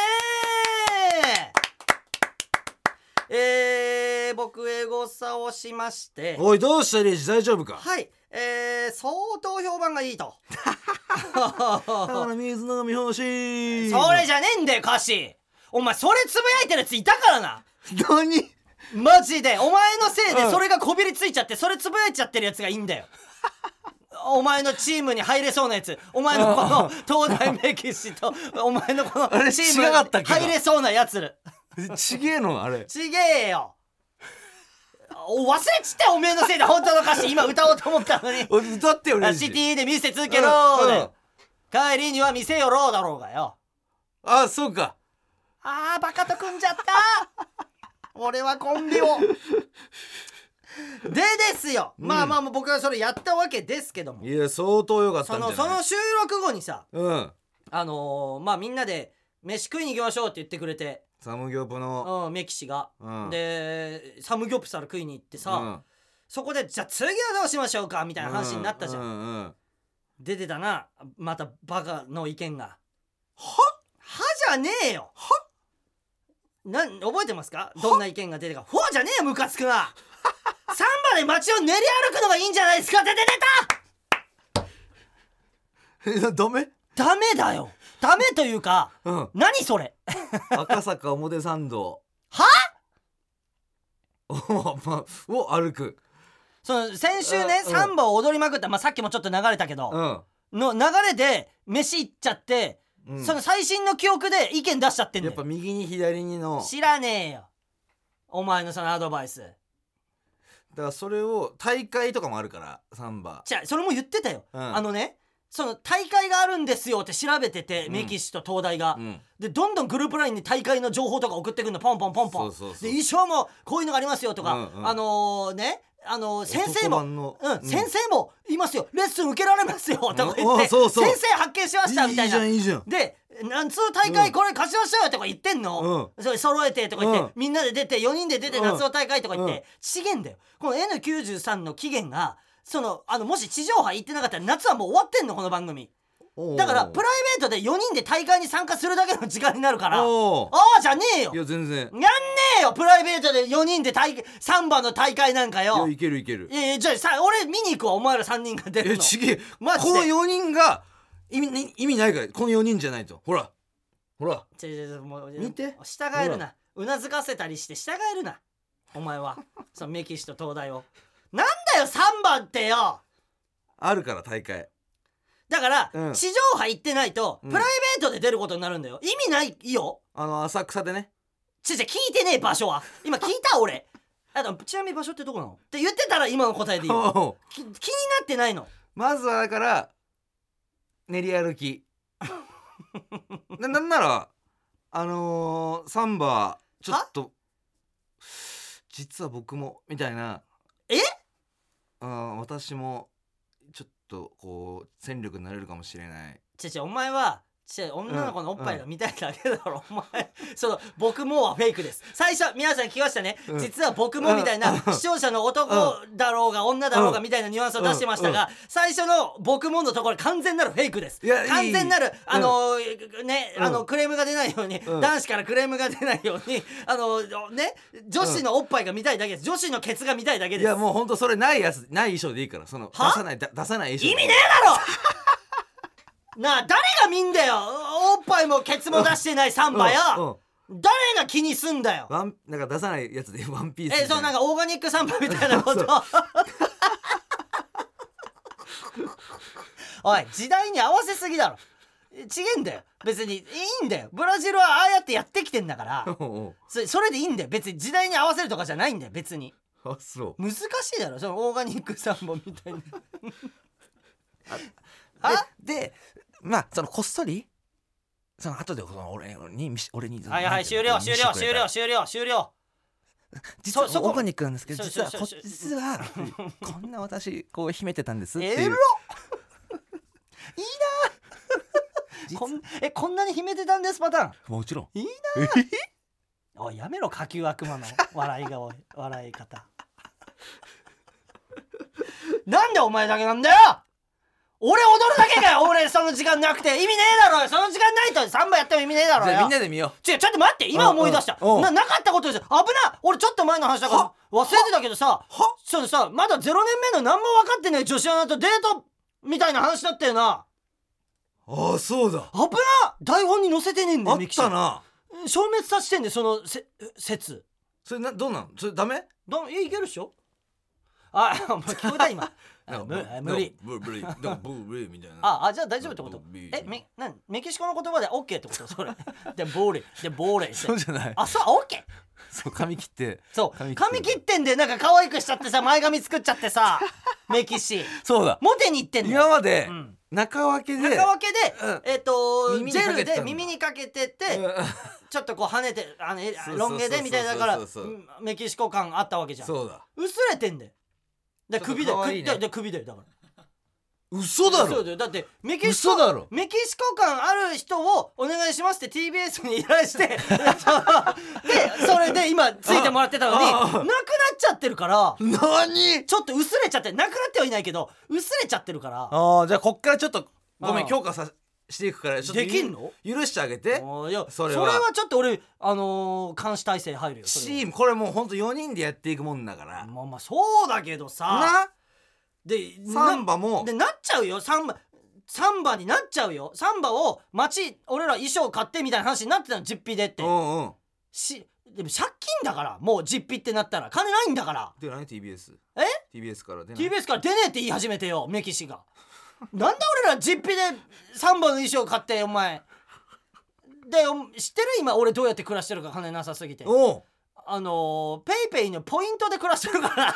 えー、僕エゴサをしまして
おいどうしたレイジ大丈夫か
はいえー、相当評判がいいと
だから水飲み欲しい
それじゃねえんだよ歌詞お前それつぶやいてるやついたからな
何
マジでお前のせいで
うん
それがこびりついちゃってそれつぶやいちゃってるやつがいいんだ
*laughs*
よお前のチームに入れそうなやつお前のこ
*laughs*
の東大メキシとお前のこの
あれ
チーム
違かったっ
に
けな
入れそうなやつら
ちげえのあれ
ちげえよお忘れちっておめえのせいで本当の歌詞今歌おうと思ったの
*laughs*
に
お歌ってよレイジ
CT で見せ続けろ
うん
だ
うん
よ帰りには見せよろうだろうがよ
あそうか
あーバカと組んじゃった俺はコンビをでですよ、まあまあもう僕はそれやったわけですけども
いや相当良かった
そ
んじゃ
の
ない
その収録後にさ
うん
あのーまあみんなで飯食いに行きましょうって言ってくれて、
サムギョプの
うん、メキシが、
うん
でサムギョプサル食いに行ってさ、
うん
そこでじゃあ次はどうしましょうかみたいな話になったじゃん、
ううんうん
出てたなまたバカの意見がははじゃねえよはなん覚えてますかどんな意見が出てたかほじゃねえよムカつくな *laughs* サンバで街を練り歩くのがいいんじゃないですか出て
えなダメ
たダメだよダメというか
うん
何それ
赤坂表参道
は
*laughs* をまを歩く
その先週ね
うん
サンバを踊りまくった、まあ、さっきもちょっと流れたけ
う
ど、
ん
の流れで飯行っちゃって、
うん
その最新の記憶で意見出しちゃってんだよ
やっぱ右に左にの
知らねえよお前のそのアドバイス
だからそれを大会とかもあるからサンバ
じゃあそれも言ってたよ、
うん
あのねその大会があるんですよって調べてて、
うん
メキシと東大が、
うん
でどんどんグループラインに大会の情報とか送ってくるのポンポンポンポン
そうそうそう
で衣装もこういうのがありますよとか、
うんうん
あのねあのー先生も、
男
うん
版の
先生もいますよレッスン受けられますよとか言っ
うん
て、
あそうそう
先生発見しました
いい
みたい
じゃ
なん
いいじゃん
で夏の大会これ勝ちましょうよとか言ってんの、それ揃えてとか言って、
うん
みんなで出て4人で出て
うん
夏の大会とか言って、
うん
資源だよこの N93 の期限がそのあのもし地上波行ってなかったら夏はもう終わってんのこの番組
おー
だからプライベートで4人で大会に参加するだけの時間になるからあ
おー
あーじゃねえよ
いや全然
やんねえよプライベートで4人で大会サンバの大会なんか
い
よ
やいけるいける
いやいやじゃあさ俺見に行くわお前ら3人が出
え
るの
ちげえ
マジで
この4人が意味に意味ないからこの4人じゃないとほらほら
ちょちょちょもう
見て
従えるなうなずかせたりして従えるなお前は *laughs* そのメキシと東大をなんだよ3番ってよ
あるから大会
だから、
うん
地上波行ってないと、
うん
プライベートで出ることになるんだよ意味ないよ
あの浅草でね
ちょちょ聞いてねえ場所は今聞いた俺あのちなみに場所ってどこなのって言ってたら今の答えでいい
*laughs*
よ
おう
き気になってないの
まずはだから練り歩きななんならあのー、サンバちょっと実は僕もみたいな
え
あー私もちょっとこう戦力になれるかもしれない
ちょちょお前はちょ女の子のおっぱいが見たいだけだろ、お前その僕もはフェイクです最初皆さん聞きましたね、
うん
実は僕もみたいな、
うん
視聴者の男だろうが女だろうが
うん
みたいなニュアンスを出してましたが、最初の僕ものところ完全なるフェイクです
いやいい
完全なるあのーね、
うん
あのクレームが出ないように、
うん
男子からクレームが出ないようにあのーね女子のおっぱいが見たいだけです女子のケツが見たいだけ
い
です
やもうほんとそれないやつない衣装でいいからその出
は
さないだ出さない衣
意
装
味ねえだろ *laughs* なあ誰が見んだよおっぱいもケツも出してないサンバよ、
うんうん
誰が気にすんだよ
ワンなんか出さないやつでワンピースみたい
えそうなんかオーガニックサンバみたいなこと *laughs* おい時代に合わせすぎだろちげえんだよ別にいいんだよブラジルはああやってやってきてんだ
*laughs*
から
お *laughs* う
それそれでいいんだよ別に時代に合わせるとかじゃないんだよ別に
おうあそう
難しいだろそのオーガニックサンバみたい
*laughs*
なあ
ででまあそのこっそりその後でその俺に見し俺に
はいはい終了終了終了終了終了
実は
そそこ
オーガニックなんですけど
そう
実は
そう
こ
そう
実はこんな私こう秘めてたんですって
エ
いう
ロいいなこんえこんなに秘めてたんですパターン
もちろん
いいなおいやめろ下級悪魔の笑いがおい *laughs* 笑い方なんでお前だけなんだよ俺踊るだけかよ俺その時間なくて意味ねえだろよその時間ないとサンバやっても意味ねえだろ
じゃあみん
よ
なで見よ
ちょちょっと待って今思い出した
うんうんうん
ななかったことですよ危な俺ちょっと前の話だから
は
忘れてたけどさ
は
そのさまだ0年目の何も分かってない女子アナとデートみたいな話だったよな
うああそうだ
危な台本に載せてねえんだ
あ
よ
っ
ミキシ
たな
消滅させてんでそのせ説
それなどうなのそれダメ
どんいやいけるっしょあ *laughs* もう聞こえた
*laughs*
今あ無あ無理
ブーブーブーブーブーみたいな
ああじゃあ大丈夫ってこと
ブー
えメなんメキシコの言葉で OK ってこと *laughs* それでボーレでボーレ
*laughs* そうじゃない
あそう OK
そう髪切って
そう
髪切ってる
髪切ってんでなんか可愛くしちゃってさ前髪作っちゃって
*laughs*
さメキシ
そうだ
モテに行ってんの
今
よ
まで
うん
中分けで
中分けで、
うん
えっ、と
耳に
ジ
かけ
ェル
てたんだ
で耳にかけてて、ちょっとこう跳ねてあのえ
そうそうそうそう
ロン毛でみたいだから
そうそうそう
うんメキシコ感あったわけじゃん
そうだ
薄れてんだよで
ちょっと
首だよ
可愛いね
首だよ首だよだから
嘘だ
そう
ろ
だよだってメキシコ
嘘だろ
メキシコ感ある人をお願いしますって TBS に依頼
*laughs*
してでそれで今ついてもらってたのに
あ
な
あ
くなっちゃってるから
何
ちょっと薄れちゃってなくなってはいないけど薄れちゃってるから
ああじゃあこっからちょっとごめ
あ
ん
ー
強化さしていくからちょっとゆ
できんの
許してあげて
もういやそ
そ
れ
れ
は
は
ちょっと俺あのー監視体制入るよそ
チ
れは
ームこれもうほんと4人でやっていくもんだから
まあまあそうだけどさ
な
でな
サンバも
でなっちゃうよサンバサンバになっちゃうよサンバを街俺ら衣装買ってみたいな話になってたの実費でって
うんうん
しでも借金だからもう実費ってなったら金ないんだから
出ない TBS
え
TBS から出ない
TBS から出ねえって言い始めてよメキシがなんで俺ら実費でサンバの衣装買ってお前でお知ってる今俺どうやって暮らしてるか金なさすぎて
おう
あのーペイペイのポイントで暮らしてるから *laughs*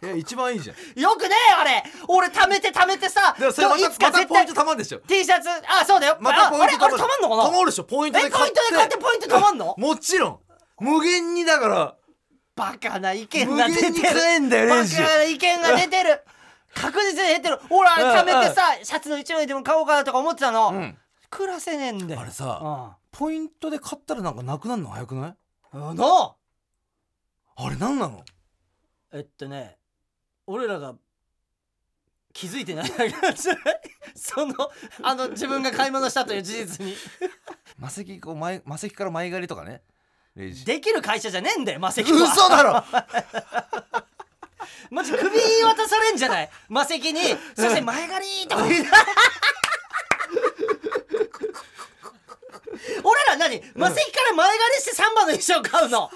いや一番いいじゃん
よくねえあれ俺貯めて貯めてさ
でもそれま
今日いつ
た
か
また
絶
ポイ
対
ントたまるでしょ
T シャツあそうだよ
また
あ
ポイント
あれあれたまんのかな
たまるでしょポイント
え
で
ポ
買
イ
っ
ン
て
トで買ってポイント貯まん
*laughs*
の
もちろん無限にだから
バカな意見
無
が出て
限
る
に買えんだよレ
バ
ンジ
カな意見が出て
*laughs*
る確実に減ってるほら
うん
貯めてさシャツの一枚でも買おうかなとか思ってたの、
うん
暮らせねえんだよ
あれさポイントで買ったらなんかなくなるの早くない
うんの
あれなんなの
えっとね俺らが気づいてないだけなんじゃない *laughs* そのあの自分が買い物したという事実に
マセキこう前マセキから前借りとかねレイジ
できる会社じゃねえんだよマセキは
嘘だろ
マジ首渡されんじゃないマセキに「そして前借り!」とか言う俺ら何マセキから前借りしてサンバの衣装買うの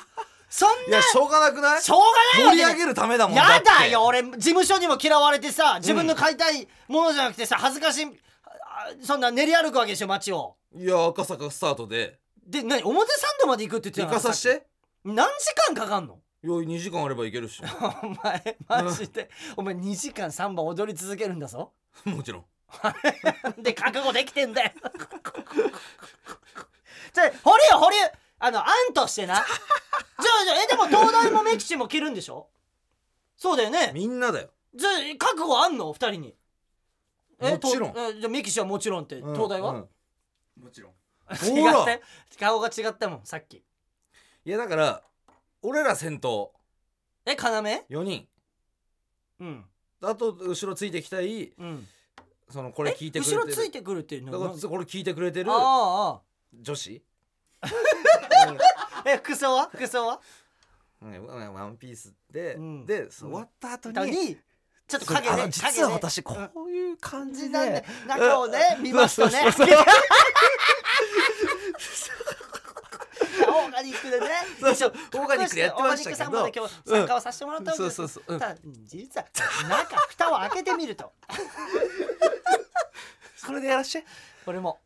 そん
い
な
やしょうがなくない
しょうがないわけ
盛り
ない
上げるためだもん
やだ
って
よ俺事務所にも嫌われてさ自分の買いたいものじゃなくてさ恥ずかしいあそんな練り歩くわけでしょ街を
いや赤坂スタートで
で何表参道まで行くって言って
行
なか
か
った
さして
何時間かかんの
いや2時間あれば行けるし
*laughs* お前マジでお前2時間3番踊り続けるんだぞ
もちろん
で覚悟できてんだよ *laughs* じゃあ保留保留あの案としてなじゃあじゃあえでも東大もメキシも着るんでしょそうだよね
みんなだよ
じゃあ覚悟あんの二人にえ
もちろん
とえじゃあメキシはもちろんって、
うん
東大 *laughs* は、
うん
もちろん
違っ
ほら
て顔が違ったもんさっき
いやだから俺ら先頭
え要
4人
うん
あと後ろついてきたい
うん
そのこれ聞いてくれて
え
る
後ろついてくるっていう
だ
の
から
は
これ聞いてくれてる
あ
女子
あああえ服装は服装は
うんワンピースで、
うん
でそう終わった後
だ
に
にちょっと
そう
影で
あの
影で
実は私こういう感
感
じ
じ
で、
なんで中をね見ますとね
そうそうそう
オーガニックでね
*laughs* そうそうオーガニックでやってましたけど
オーガニックさんまで今日参加をさせてもらったわけ
そ
で
う
す
そうそう、うん
ただ実は中蓋を開けてみると
これでやらして
これ
*laughs*
も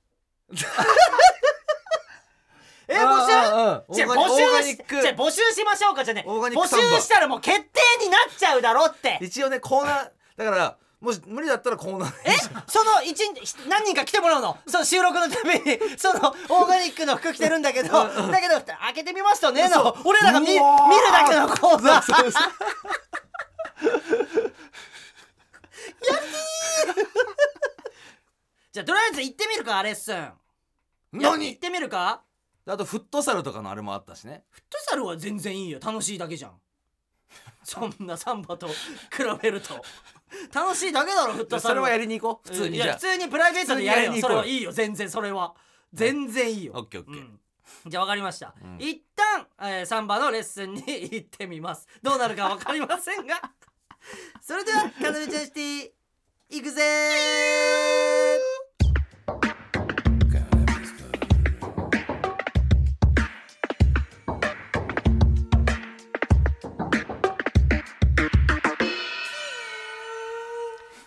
え
え
募集じ
集
ゃあ
オー
募
ガ
集
ニ
し
ッ
じゃあ
ク
募集しましょうかじゃね
オーガニッ
募
ク
集
サンバ
したらもう決定になっちゃうだろうって
一応ねコーナーだからもし無理だったらコーナー
えその一日何人か来てもらうのその収録のためにそのオーガニックの服着てるんだけどだけど開けてみますとねの俺らが見見
う
る
わー
だけのコーナー
そうそうそう
じゃあとりあえず行ってみるかレッスン
*laughs* 何
行ってみるか
あとフットサルとかのあれもあったしね
フットサルは全然いいよ楽しいだけじゃん *laughs* そんなサンバと比べると楽しいだけだろフットサ
それ
ル
はや
は
りに行こう普通に
い
じ
や
ゃ
普通にプライベートでやる
普通にやり
よ
に
それ
行こうよ
はいいよ全然それは全然いいよ
あオッケーオッケー、
うんじゃあ分かりました、
うん
一旦、えー、サンバのレッスンに行ってみますどうなるか分かりま
*laughs*
せんがそれでは「カナメチャンシティ」行くぜー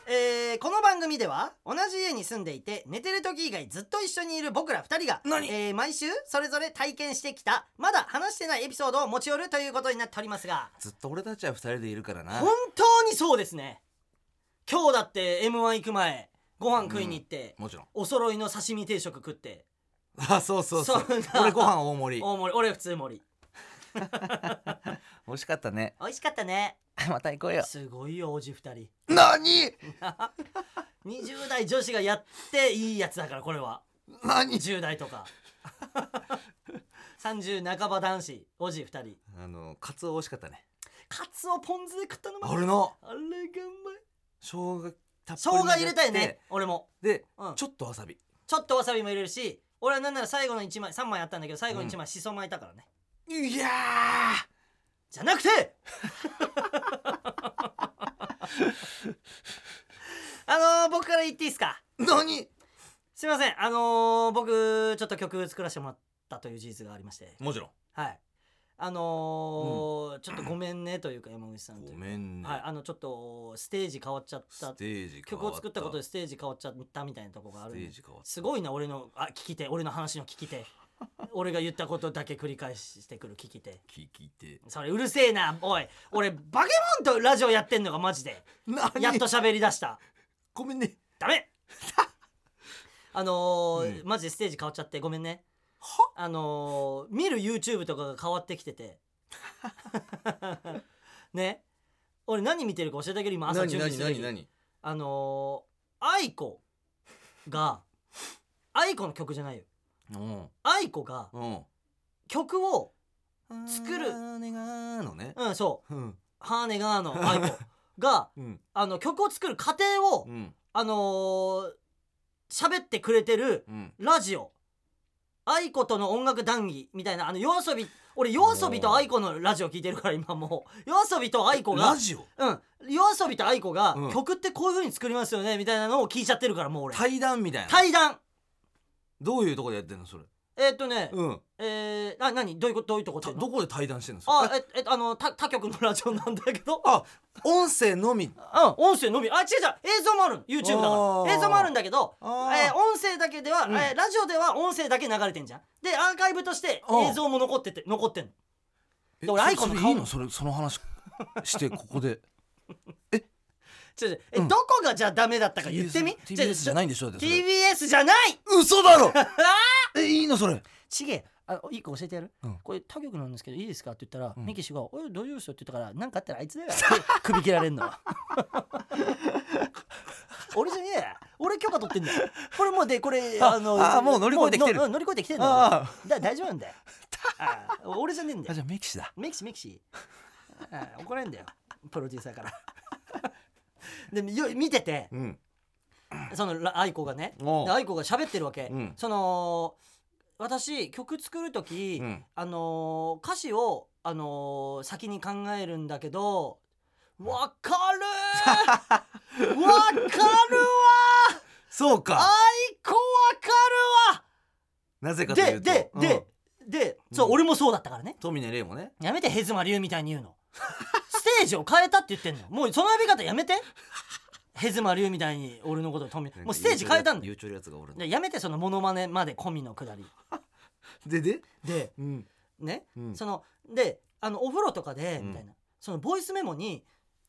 えーこの番組では同じ家に住んでいて寝てる時以外ずっと一緒にいる僕ら2人が、
何
えー毎週それぞれ体験してきたまだ話してないエピソードを持ち寄るということになっておりますが
ずっと俺たちは二人でいるからな
本当にそうですね今日だって m 1行く前ご飯食いに行って、
もちろん *laughs*
お揃いの刺身定食食って
あそうそうそう
そうな
俺ご飯大盛り
大盛り俺普通盛り
美味しかったね *laughs*
美味しかったね
また行こうよ
すごいよおじ2人
何
20代女子がやっていいやつだからこれは
何
10代と *laughs* か30半ば男子おじ2人
あのカツオ美味しかったね
カツオポン酢で食ったのも
俺の
あれがうまい
生姜たっ
生
ぷり
姜入れたよね俺も
で、
うん
ちょっとわさび
ちょっとわさびも入れるし俺はなんなら最後の1枚3枚あったんだけど最後の1枚しそ巻いたからね、
いや
じゃなくて *laughs* あのー僕から言っていいですか
ー何
すいませんあのー僕ちょっと曲作らせてもらったという事実がありまして
もちろん
はいあのーちょっとごめんねというか山口さんとい
ご
うか
めんね、
はい、あのちょっとステージ変わっちゃっ
ス
た
テージ変
曲
わ
を作ったことで
ス
ステージ変わっちゃったみたいなとこがあるん
テ
で
ージ変わった
すごいな俺のあ聞き手俺の話の聞き手俺が言ったことだけ繰り返してくる聞き手
聞いて
それうるせえなおい俺バケモンとラジオやってんのがマジで
何
やっと喋り出した
ごめんね
ダメ
*laughs*
あのー
う
マジでステージ変わっちゃってごめんね
は
あのー見る YouTube とかが変わってきて
*laughs*
てね俺何見てるか教えてあげる今朝
何
準備
何
する
何何
あのー、愛子が愛子の曲じゃないよ
うん
愛子が
う
曲を
ん
作る
あーねがーのね
うんそう
うん
「ハーネガーの愛子が
うん
あの曲を作る過程を、
うん
あのー喋ってくれてる
うん
ラジオ愛子との音楽談義みたいなあの夜遊び俺夜遊びと愛子のラジオ聞いてるから今もう夜遊びと愛子が
ラジオ
うん夜遊びと愛子が、
うん
曲ってこういう風に作りますよねみたいなのを聞いちゃってるからもう俺
対談みたいな
対談
どういうとこでやってんのそれ
えーっとね、
うん
えー、あ何どういうことどういうとこって
た
いうの
どこで対談してんのそれ
あええあの他他局のラジオなんだけど
あ音声のみ
うん、音声のみあ違う違う映像もあるの YouTube だか
あ
ら
ー
映像もあるんだけど、え
あー
ー音声だけでは、
うん
えーラジオでは音声だけ流れてんじゃんでアーカイブとして
うん
映像も残ってて残ってんの
え
で俺
そ
アイコンの
それ
顔
いいのそれその話して
*laughs*
ここで
違う違うえ、
うん
どこがじゃあダメだったか言ってみ
TBS TBS じ
な
ゃ
い
ないんでしょだってそれ
TBS じゃない
嘘
*laughs*
だろえいいのそれ
ちげえあ一個教えてやる、
うん
これ他局なんですけどいいですかって言ったら、
うん
メキシが「おい大丈夫ですよ」って言ったから何かあったらあいつだよって首切られんの *laughs* は俺じゃねえ俺許可取ってんだよこれもうでこれ
あ
あの
あもう乗り越えてきてる
もう乗り越えてきてんの
あ
だ大丈夫なんだよああ俺じゃねえんだ
あ
よ
じゃあメキシだ
メキシメキシああ怒られんだよプロデューサーからでもよ見てて
うん
そのら愛子がね
おう
で愛子が喋ってるわけ、
うん
その私曲作る時、
うん
あのー歌詞を、あのー先に考えるんだけどわかる
*laughs*
ーわかるわ
そう
ー愛子
か
わか
なぜかと
る
い
わ
うと
でで
うん
で、でそう、
うん
俺もそうだったからね
富根礼もね
やめてヘズマリュウみたいに言うのステージを変えたって言ってんのもうその呼び方やめてヘズマリュウみたいに俺のこととめもうステージ変えたんだよ
言うちょるやつがおるんだ
でやめてそのモノマネまで込みのくだり
でで
で
うん
ね
うん
そのであのお風呂とかで
うん
みたいな、そのボイスメモに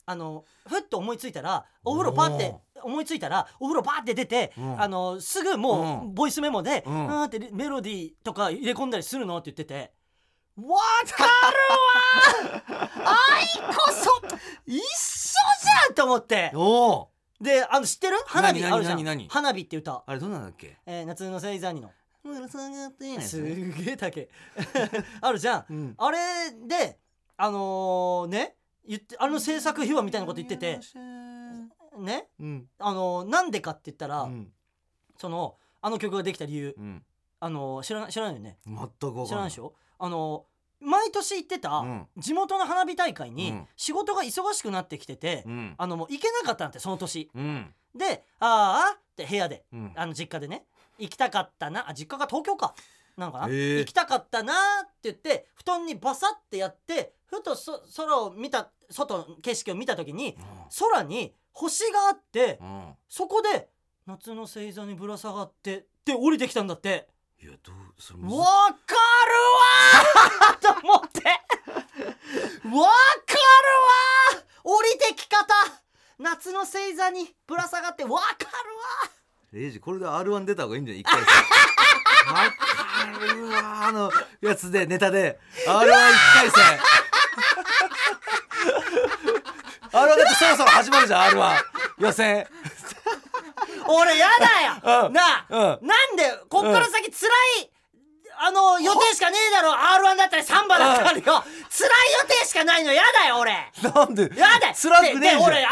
あのふっと思いついたらお風呂パーって思いついたらお風呂バーって出て、
うん
あのすぐも
う
うボイスメモで「
うん
あーってメロディーとか入れ込んだりするのって言ってて「わかるわ愛こそ一緒じゃん!」と思って
おお
であの知ってる花火
何
あるじゃ
何
ん「
何
花火」って歌、
あれどんなんだっけ
えー夏の星座にの
うんそんなっていい
すげえ竹 *laughs* あるじゃん
うん
あれであのね言ってあの制作秘話みたいなこと言っててね
うん
あのーなんでかって言ったら、
うん
そのあの曲ができた理由、
うん
あのー知らない知らないよね
全く分
知
から
ない
らない
でしょあのー毎年行ってた、
うん
地元の花火大会
う
に
ん
仕事が忙しくなってきてて、
うん
あのもう行けなかったんだってその年
うん
で「あーあ」って部屋で
うん
あの実家でね行きたかったなあ実家が東京かなのかな、
へー
行きたかったなって言って布団にバサってやってふとそ空を見た外の景色を見た時に空に星があって
うんうん
そこで「夏の星座にぶら下がって」って降りてきたんだって
いやどうそれ
わ
む
かる
ず
わー *laughs* と思ってわかるわー降りてき方夏の星座にぶら下がってわかるわ
レイジこれで R1 出た方がいいんじゃない一回わかるわあのやつでネタで R11 回戦 R1 だってそろそろ始まるじゃん R1 予選
俺やだ *laughs* よ、
うん
なあ、
う
なんでこっから先辛い、あの予定しかねえだろ R1 だったりサンバだったりよ、辛い予定しかないのやだよ俺や
なんで
だよ
辛くねえ
でで
じゃん
俺 R1 進められる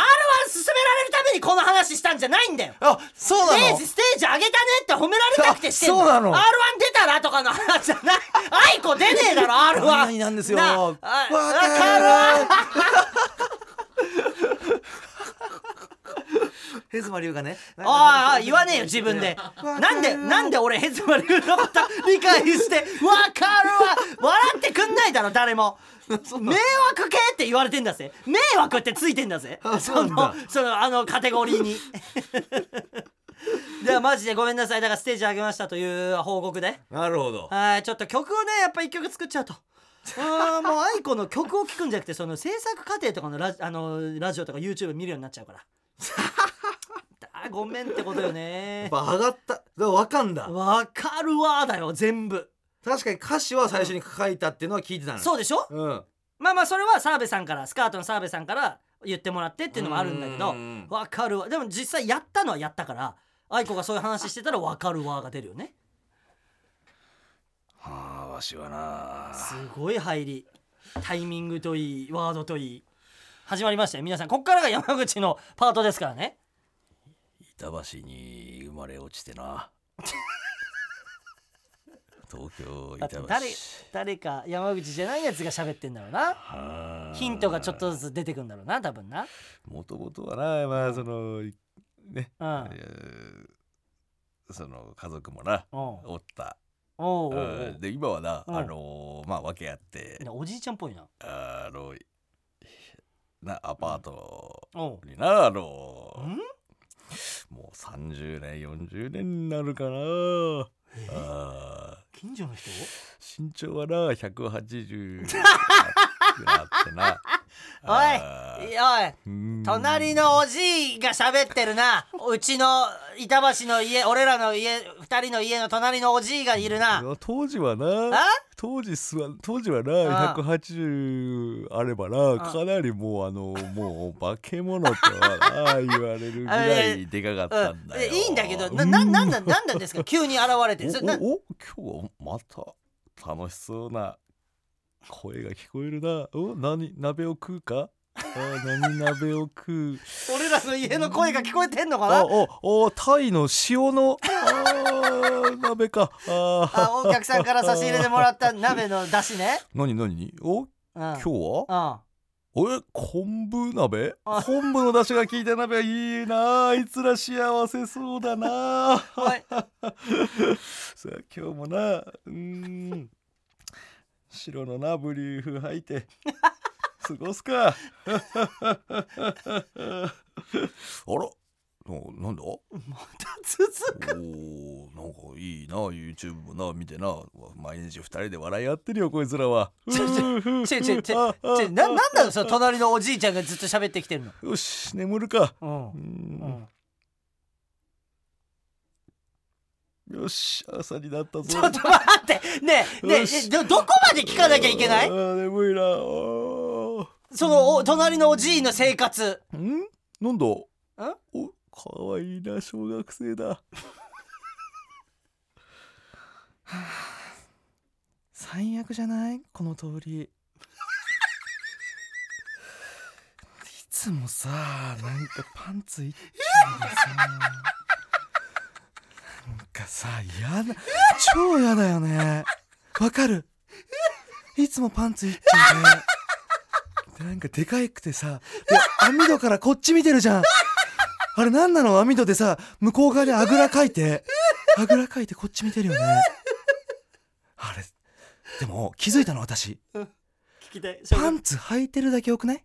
ためにこの話したんじゃないんだよ
あそう
ス
な
テー
の
ジステージ上げたねって褒められたくてしてん
あそうなの
R1 出たらとかの話じゃないアイコ出ねえだろ R1
何々なんですよ
なあ
わ
あわ
かるヘズマリュウがね
ああ言わねえよ自分で
わ
なんでなんで俺ヘズマリュウのこと理解してわかるわ笑ってくんないだろ誰も迷惑系って言われてんだぜ迷惑ってついてんだぜ
あそ
そう
なん
の
だ
そのあのカテゴリーにではマジでごめんなさいだからステージ上げましたという報告で
なるほど
はいちょっと曲をねやっぱ一曲作っち
*laughs*
ゃうとあーもう愛子の曲を聴くんじゃなくてその制作過程とかのラジあのラジオとか YouTube 見るようになっちゃうから
*laughs*
だごめんってことよ
や
ね
っぱ上がっただからわかんだ
わかるわーだよ全部
確かに歌詞は最初に書いたっていうのは聞いてたの
そううでしょ
うん
まあまあそれは澤部さんからスカートの澤部さんから言ってもらってっていうのもあるんだけど
うん
わかるわでも実際やったのはやったから愛子がそういう話してたらわかるわーが出るよね
はあわしはな
すごい入りタイミングといいワードといい始まりましたよ皆さんこっからが山口のパートですからね
板橋に生まれ落ち
*laughs*
てな東京
だっ
板
て
橋
誰誰か山口じゃないやつが喋ってんだろうな
はあ
ヒントがちょっとずつ出てくんだろうな多分な
もともとはなまあそのね、
うん
えーその家族もな
おう
おった
おうおうお
う
うん
で今はな、
うん
あのーまあ訳あって
ねおじいちゃんっぽいな
あのなアパート
おう
にな、あのー
ん
もう30年40年になるかな
え
あ
近所の人
ー身長はな180あってな
*laughs* おいおい隣のおじいが喋ってるなうちの板橋の家俺らの家二人の家の隣のおじいがいる
い
な
や当時は
あ
な当時すわ当時は
あ
な180あればな
あ
かなりもうあのもう化け物とはな言われるぐらいでかかったん
うん
だ
え
よ。
いいんだけどなななんだなんなんですか急に現れてそれな
おおお今日はまた楽しそうな声が聞こえるな。お何鍋を食うかあ何鍋を食う
俺らの家の声が聞こえてんのか
あ
な
おおタイの塩のあー鍋かあー
あお客さんから差し入れでもら
*laughs*
った鍋の出汁ね、
何何お
うん、今
今日は
うん
え昆布鍋
あ
昆布の出汁が効いた鍋はいいなあいつら幸せそうだなあ
お
*laughs*
い
さあ今日もなうーん白のなブリーフ履い *laughs* て過ごすかあらおなんだ
続
おーなんかいいな YouTube もな見てな毎日二人で笑い合ってるよこいつらは
ちょちくちょちょちょちょななんなのその隣のおじいちゃんがずっと喋ってきてるの
よし眠るか
うん
うーん
う
よし朝になった
ん、
ぞ
ちょっと待ってねえねえ
よ
ねえ
し
どどこまで聞かなきゃいけない
あー眠いなあ
そのお隣のおじいの生活
ーんなんだお可愛いな小学生だ
*sighs* 最悪じゃないこの通りいつもさなんかパンツ一丁でさなんかさ嫌な超嫌だよねわかるいつもパンツ一丁ででなんかでかくてさで網戸からこっち見てるじゃんあれなんなの網戸でさ向こう側であぐらかいてあぐらかいてこっち見てるよねあれでも気づいたの私
聞きたい
パンツ履いてるだけよくない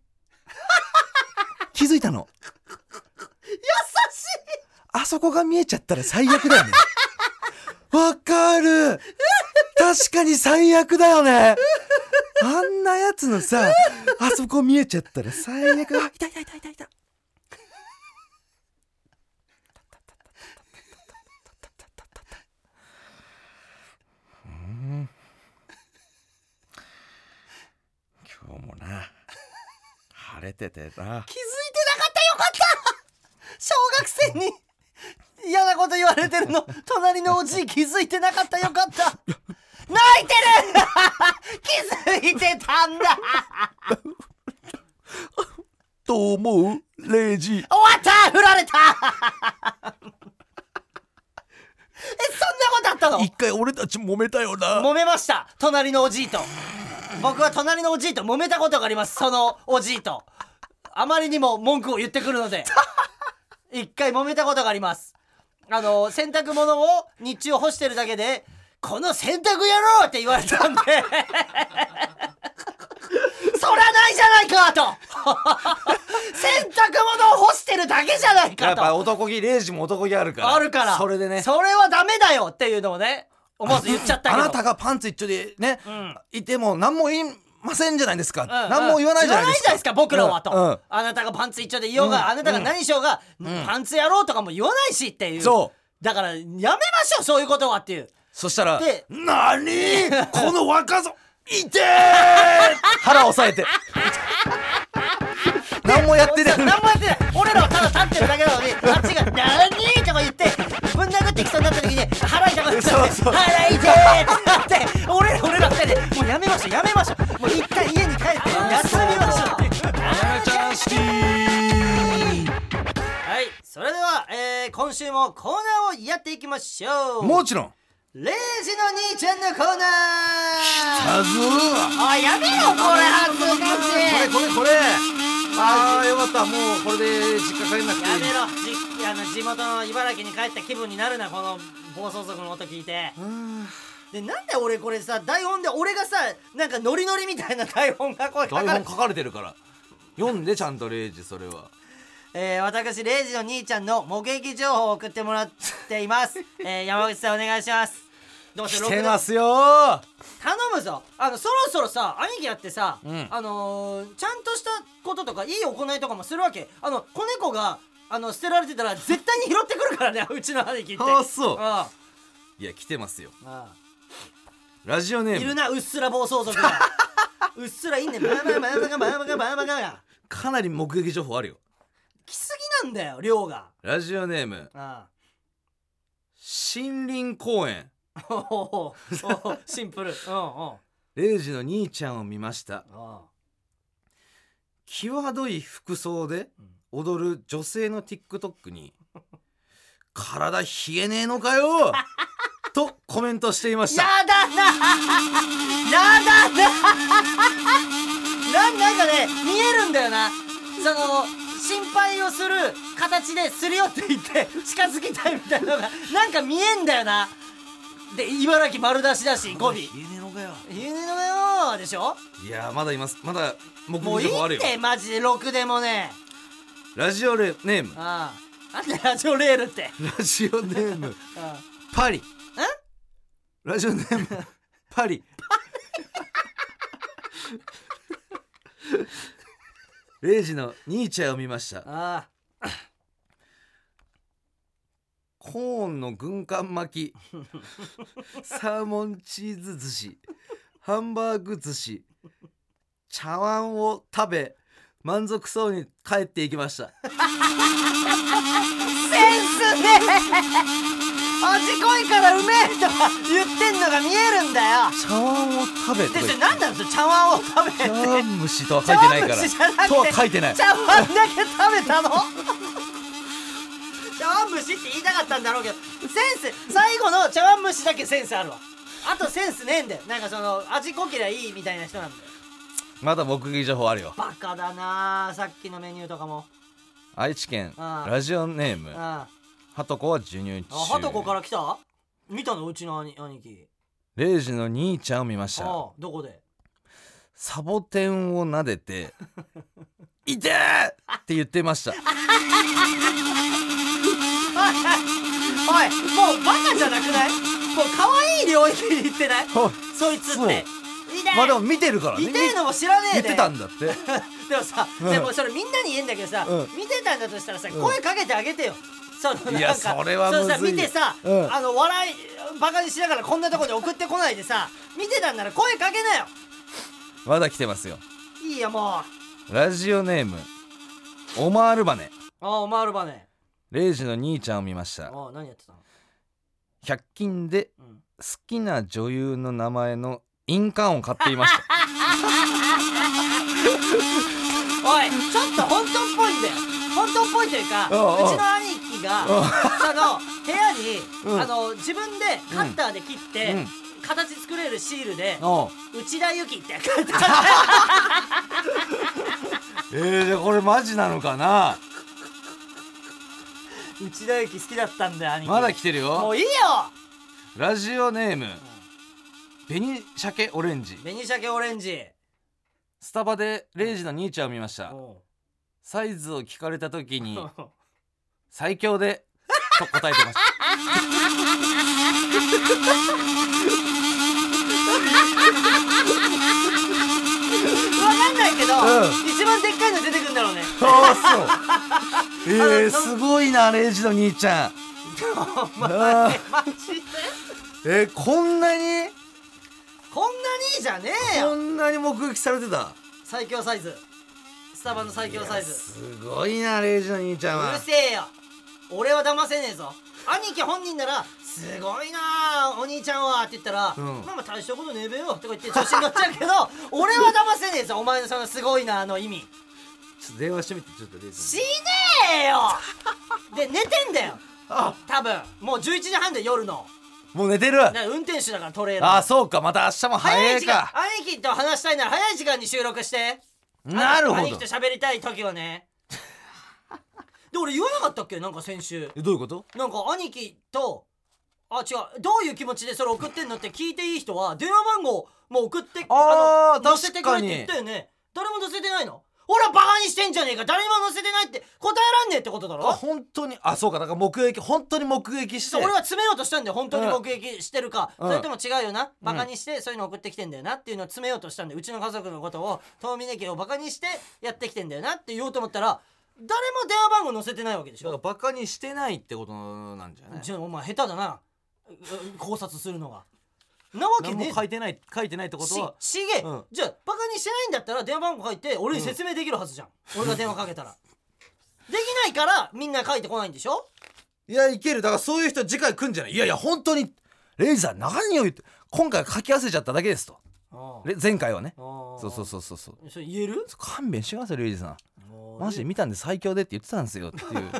*laughs* 気づいたの優しいあそこが見えちゃったら最悪 *laughs* だよねわかる確かに最悪だよねあんなやつのさあそこ見えちゃったら最悪あ痛い痛い痛い痛い痛い
今日もな晴れててな
気づいてなかったよかった小学生に嫌なこと言われてるの隣のおじい気づいてなかったよかった泣いてる気づいてたんだ
と思う0時
終わった振られたえそんなことあったの
*laughs* 一回俺たち揉めたよな
揉めました隣のおじいと僕は隣のおじいと揉めたことがありますそのおじいとあまりにも文句を言ってくるので一回揉めたことがありますあの洗濯物を日中干してるだけで「この洗濯野郎!」って言われたんで *laughs* そらないじゃないかと *laughs* 洗濯物を干してるだけじゃない
や
か
っ
と
ぱ男気レイジも男気あるから
あるから
それでね
それはダメだよっていうのをね思わず言っちゃったけ
あ
ど
なたがパンツ一丁でね、
ん
いても何も言いませんじゃないですか、
うんうん
何も言わないじゃないですか
僕らはと、
うんうん
あなたがパンツ一丁でいようが、あなたが何しようが、パンツやろうとかも言わないしっていう
そう
だからやめましょうそういうことはっていう
そしたら
で
「な
*laughs*
にこの若造いてー!」腹押さ
*laughs*
えて何もやってない
何もやってない俺らはただ立ってるだけなのにあっちが「何?」とか言ってぶん殴ってきそうになった時に腹痛くなっちゃっ
そう
て
そう
腹痛い!」ってなって俺ら俺ら二人でもうやめましょうやめましょうもう一回家に帰って休みましょうっていう
ちゃん
今週もコーナーをやっていきましょう
もちろん
レイジの兄ちゃんのコーナー
あずー
あやめろこれ恥ずか
これ
しい
これこれあーよかったもうこれで実家帰んなくてい
やめ
い
ろじあの地元の茨城に帰った気分になるなこの暴走族の音聞いて
あ
でなんで俺これさ台本で俺がさなんかノリノリみたいな台本がこれ
ー
書かれ
台本書かれてるから読んでちゃんとレイジそれは
えー、私レイジの兄ちゃんの目撃情報を送ってもらっています、えー、山口さんお願いしますどうせ
来
ろく
て
で
ますよー
頼むぞあのそろそろさ兄貴やってさ、
ん
あのーちゃんとしたこととかいい行いとかもするわけあの子猫があの捨てられてたら絶対に拾ってくるからねうちの兄貴って
あーそう
あ
いや来てますよ
あ
ラジオネ
い
ー
る
ム
なうっすら暴走族がうっすらいんねんバーバーバーバーバーバーバーバーバーバー
かなり目撃情報あるよ
来すぎなんだよ量が
ラジオネーム
あ
森林公園
あおおおおシンプルうんうん
レイジの兄ちゃんを見ました
ああ
際どい服装で踊る女性の TikTok に「体冷えねえのかよ!」とコメントしていまし
やだ
た
なやだななんなんかね見えるんだよなその心配をする形ですり寄っていって近づきたいみたいなのがなんか見えんだよなで茨城丸出しだし語尾
冷えねえのかよ
言うのよでしょ
いやーまだいますまだ目
もうい
撃情報あ
い
る
っ
よ
てマジでろくでもね
ラジオネーム
ああなんでラジオレールって
ラジオネーム
あ
パリラジオネームパリレイジの兄ちゃんを見ました
あ
コーンの軍艦巻きサーモンチーズ寿司ハンバーグ寿司茶碗を食べ満足そうに帰っていきました
センスね味濃いからうめえとか言ってんのが見えるんだよ
茶碗を食べとか
でそ
言って
れ何なんですか茶碗を食べて
茶碗蒸しとは書いてないから
茶碗蒸しじゃなくて
とは書いてない
茶碗だけ食べたの茶碗蒸しって言いたかったんだろうけどセンス最後の茶碗蒸しだけセンスあるわあとセンスねえんだよなんかその味濃けりゃいいみたいな人なんだよ
まだ目撃情報あるよ
バカだなあさっきのメニューとかも
愛知県
ああ
ラジオネーム
あ
はとこは授乳
あはとこか
中
ら来た見たのうちの兄兄貴
レイジの兄ちゃんを見まし
あ
た
あどこで *laughs*
サボテンを撫でて「痛え!」って言ってました
おいもうバカじゃなくないもう可愛い領域に行ってない
おい
そいつっ
そう
て痛い
まあでも見てるからね
見てるのも知らねえ
言っ
で
てたんだって
*laughs* でもさ、でもそれみんなに言えんだけどさ、
うん
見てたんだとしたらさ、声かけてあげてよその
いや
なんか
それはむずいよ
のさ見てさ、
うん
あの笑いバカにしながらこんなとこに送ってこないでさ見てたんなら声かけなよ
まだ来てますよ
いいよもう
ラジオネームオマールバネ
ああ回るばね
レイジの兄ちゃんを見まし
あ
た
あ何やってたの
100均で
うん
好きな女優の名前の印鑑を買っていました
おいちょっと本当っぽいんだよ本当っぽいというか
うんうん
うちの兄貴がその部屋に、
うん
あの自分でカッターで切って、
うん
形作れるシールで
*laughs* おう
「内田有紀」って書いてある
えー、じゃあこれマジなのかな
内田有紀好きだったんだよ兄貴
まだ来てる
も
よ
ういいよ
ラジオネーム紅鮭オレンジ
紅鮭オレンジ
スタバでレイジの兄ちゃんを見ました
おう
サイズを聞かれた時に最強でと答えてました
分かんないけど、
う
一番でっかいの出てくんだろうね
*laughs* あそうえ
あの
ー、すごいなレイジの兄ちゃん
お前
あー
マジで
えー、こんなに
こんなにいいじゃねえ
こ
よ
んなに目撃されてた
最強サイズスタバの最強サイズ
いや
う
すごいなレイジの兄ちゃんは
るせえよ俺は騙せねえぞ兄貴本人なら「すごいなあお兄ちゃんは」って言ったら「
うん
ママ大したことねえべよ」とか言って調子に乗っちゃうけど俺は騙せねえぞお前のその「すごいな」の意味
ちょっと電話してみてちょっとレイジ
しねえよで寝てんだよ
あ
多分もう11時半で夜の
もう寝てる
な運転手だからトレーラー
あそうかまた明日も
早
早
い
い
時間
か
兄貴と話したいなら早い時間に収録して
なるほ
兄
ど
貴と喋りたい時はね *laughs* で俺言わなかったっけなんか先週
えどういうこと
なんか兄貴とあ違うどういう気持ちでそれ送ってんのって聞いていい人は電話番号もう送って
あー
の載せてくれって
確かに
言ったよね誰も載せてないのほらバカにしてんじゃねえか誰にも載せてないって答えらんねえってことだろ
あ本当にあそうかだから目撃本当に目撃して
俺は詰めようとしたんだよ本当に
うん
目撃してるか、
うん
それとも違うよなバカにしてそういうの送ってきてんだよなっていうのを詰めようとしたんでうちの家族のことを遠峰家をバカにしてやってきてんだよなって言おうと思ったら誰も電話番号載せてないわけでし
だから
ょ
バカにしてないってことなんじゃない
じゃあお前下手だなう考察するのがなわけ
何
ねえ
も書いてない書いてないってこと
し
は
しげ、
うん
じゃあバカにしてないんだったら電話番号書いて俺に説明できるはずじゃん、俺が電話かけたらできないからみんな書いてこないんでしょ
いやいけるだからそういう人次回来んじゃないいやいや本当にレイジさん何を言って今回書き忘れちゃっただけですとレ前回はねそうそうそうそうそう
うそれ言える
勘弁してくださいレイジさんマジで見たんで最強でって言ってたんですよっていう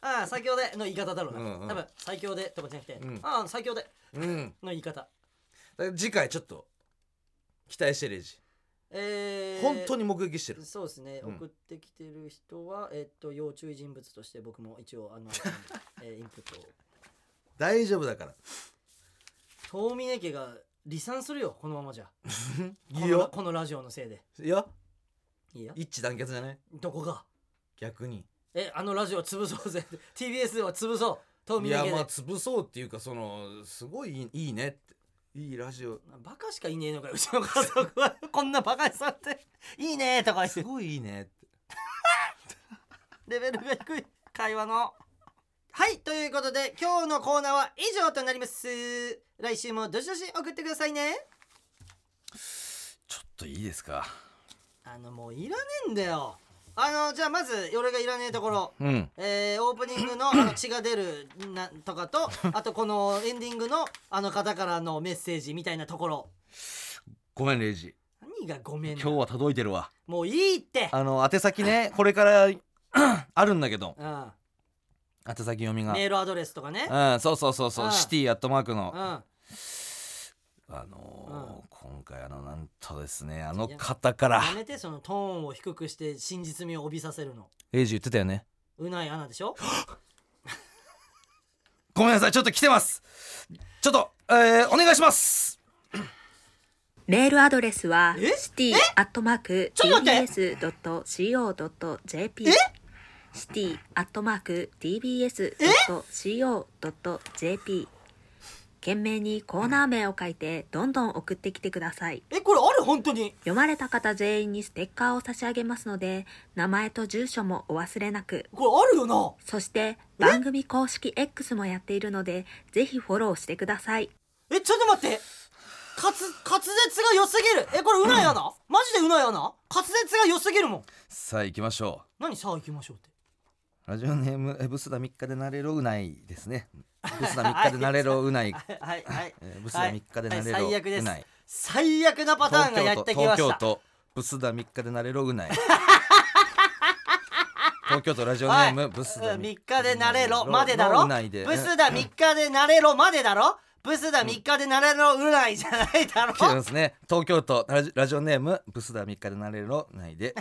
ああ最強での言い方だろうな、
うんうん
多分最強でとかじゃなくて、
ん
ああ最強で *laughs*
うん
の言い方
だから次回ちょっと期待してレイジ
えー、
本当に目撃してる
そうですね、
うん
送ってきてる人はえっと要注意人物として僕も一応
*laughs*
あの、えーインプッ
大丈夫だから
トを遠峰家が離散するよこのままじゃ
いい
この
よ
このラジオのせいで
いや
いいや
一致団結じゃない
どこが
逆に
えあのラジオ潰そうぜ *laughs* TBS は潰そう遠
い
峰
や
家で、
まあ潰そうっていうかそのすごいいいいいねっていいラジオ
バカしかいねえのかようちの家族はこんなバカにされていいねとか言って
すごいいいねって
レベルが低い会話の。はいということで今日のコーナーは以上となります来週もどしどし送ってくださいね
ちょっといいですか
あのもういらねえんだよあのじゃあまず俺がいらねえところ
うん
えーオープニングのあ
*coughs*
の血が出るなとかとあとこのエンディングのあの方からのメッセージみたいなところ
ごめんレイジ
何がごめん
今
な
日は届いてるわ
もういいって
あの宛先ねこれから *clears throat* あるんだけど
うん
宛先読みが
メールアドレスとかね
うんそうそうそうそううんシティアットマーク
う
の
んあ
あのー
うん
今回あのなんとですねあの方から
やめてそのトーンを低くして真実味を帯びさせるの
レイジ言ってたよね
うないアナでしょ
ごめんなさいちょっと来てますちょっと、えー、お願いします
メールアドレスは
え
city.tbs.co.jp シティアットマーク tbs.co.jp 懸命にコーナー名を書いてどんどん送ってきてください
えこれある本当に
読まれた方全員にステッカーを差し上げますので名前と住所もお忘れなく
これあるよな
そして番組公式 X もやっているのでぜひフォローしてください
えちょっと待って滑滑舌が良すぎるえこれうなやな、マジでうなやな滑舌が良すぎるもん
さあ行きましょ
何さあ行きましょうって
うラジオネームえブスダ3日でなれろうないですねブスダ3日でなれろうない、
はいはい
えー、ブスダ3日でな
は
れろ
い最悪で
う
す
ない
最悪 *laughs* なパターンがやってきま
東京
した
都ブスダ3日でなれろ
*laughs*
うない東京都ラジオネームブス
3
ダ
日でなれろまでだ
う
ろ
ないで
ブスだ3日でなれろまでだろブスだ3日でなれろうないじゃない *laughs* だろ
来てますね東京都ラジラジオネームブスダ3日でなれろな
*laughs*
いで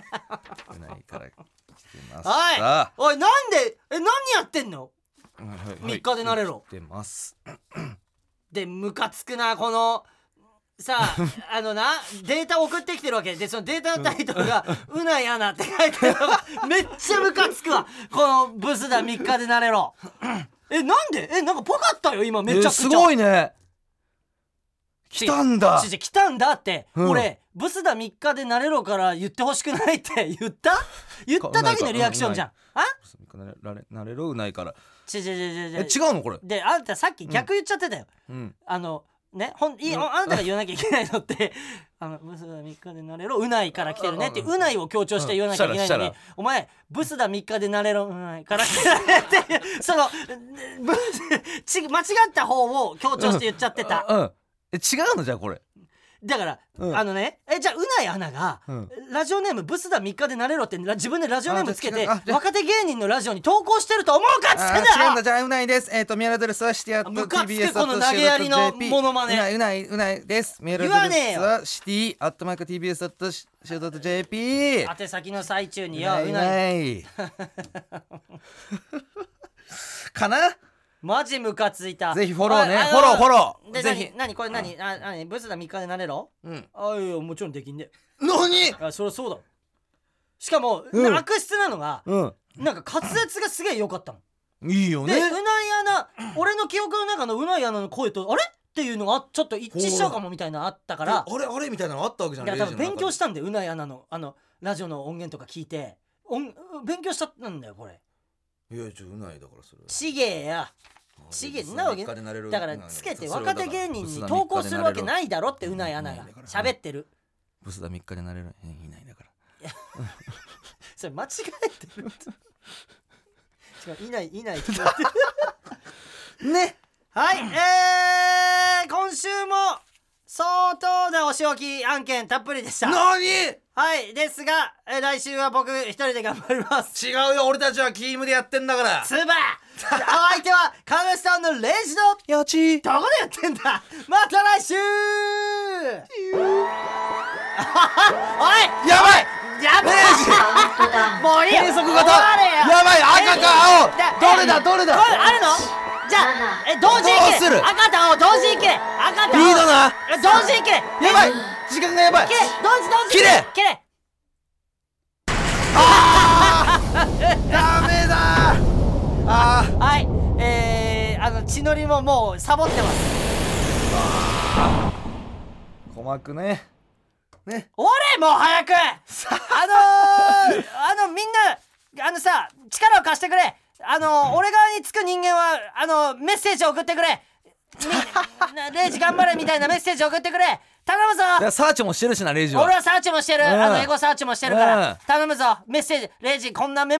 うないから来てました
おいおいなんでえ何やってんの
3
3日でなれろ
来てます
でムカつくなこのさ
*laughs*
ああのなデータ送ってきてるわけでそのデータのタイトルが「うなやな」って書いてるのがめっちゃムカつくわこの「ブスだ3日でなれ
*laughs*
ろ」えなんでえなんかぽかったよ今めちゃくちゃ、
えーすごいね
違
来
う
たんだ
違う違う来たんだって、
うん
俺「ブスだ3日でなれろ」から言ってほしくないって *laughs* 言った言った時のリアクションじゃん、あ
ブスダ3日でなれなれろうないから
違う違う違
え
う違う
違うのこれ
であんたさっき逆言っちゃってたよ、
うん
あのねほんいい、ああなたが言わなきゃいけないのって *laughs* あのブスだ3日でなれろうないから来てるねって
うん
うないを強調して言わなきゃいけないのに、
うんしたら
お前ブスだ3日でなれろうないから来てるねって *laughs* そのぶち間違った方を強調して言っちゃってた
あうんえ違うのじゃあこれ
だから、
うん
あのねえじゃあうないアナが、
うん
ラジオネームブスだ3日でなれろってラ自分でラジオネームつけ
あじ
て
ゃあ違うあじゃあ
若手芸人のラジオに投稿してると思うかっつってんだ
あー違うんだ
よ
じゃあうないですえっ、とメールアドレスはシティアッ
ム
ト
カつく
TBS
この投げやりのモノマネ
うないうないうなですメールアドレス
言わ
はシティアットマーク TBS アットシード JP
宛先の最中に
い *laughs*
ようない
いかな
マジムカついた
ぜひフォローね
ああ
フォローフォロー
で
ぜ
何
ひ
何これ何あ何ブスだ3日でなれろ
うん
あいやもちろんできんね
何
あそりゃそうだしかも、
うん
悪質なのが
うん
なんか滑舌がすげえ良かったの
いいよ
でうなぎ穴俺の記憶の中のうなぎ穴の声とあれっていうのがあちょっと一致しちゃうかもみたいなのあったから
あれあれみたいなのあったわけじゃ
だか
ない
ら多分勉強したたんでうなぎ穴のあのラジオの音源とか聞いて音勉強しちゃったんだよこれ
いやちょうないだからそれ
ちげえやちげえなわけだからつけて若手芸人に投稿するわけないいだろってうなぎ穴が喋ってる
ブスだ3日でなれるいないだから
それ間違えてるって
*laughs*
違ういないいないって言って
ね
はい、えー、今週も相当なお仕置き案件たっぷりでした。
何
はい、ですが、えー来週は僕一人で頑張ります。
違うよ俺たちはチームでやってんだから
つばお相手は、カメスタンのレジの、
やち
どこでやってんだまた来週 *laughs* おい
やばい
やべえ *laughs* もういいよ
変則型
終われよ
やばい
だ
赤か青どれだどれだ
これあるのじゃあ、え、同時に行け
どうする
赤と青同時に行け赤と青
リードな
え同時に行け
やばい時間がやばい
切れ同時同時
切れ
切れ
ダメだあー
はいえー、あの血のりももうサボってます
鼓膜ねね
俺もう早くあのー、あのみんなあのさ力を貸してくれあの俺側につく人間はあのメッセージを送ってくれみなレイジ頑張れみたいなメッセージを送ってくれ頼むぞ
だからサーチもしてるしなレイジは
俺はサーチもしてる、あのエゴサーチもしてるから、
うん
頼むぞメッセージレイジこんなメ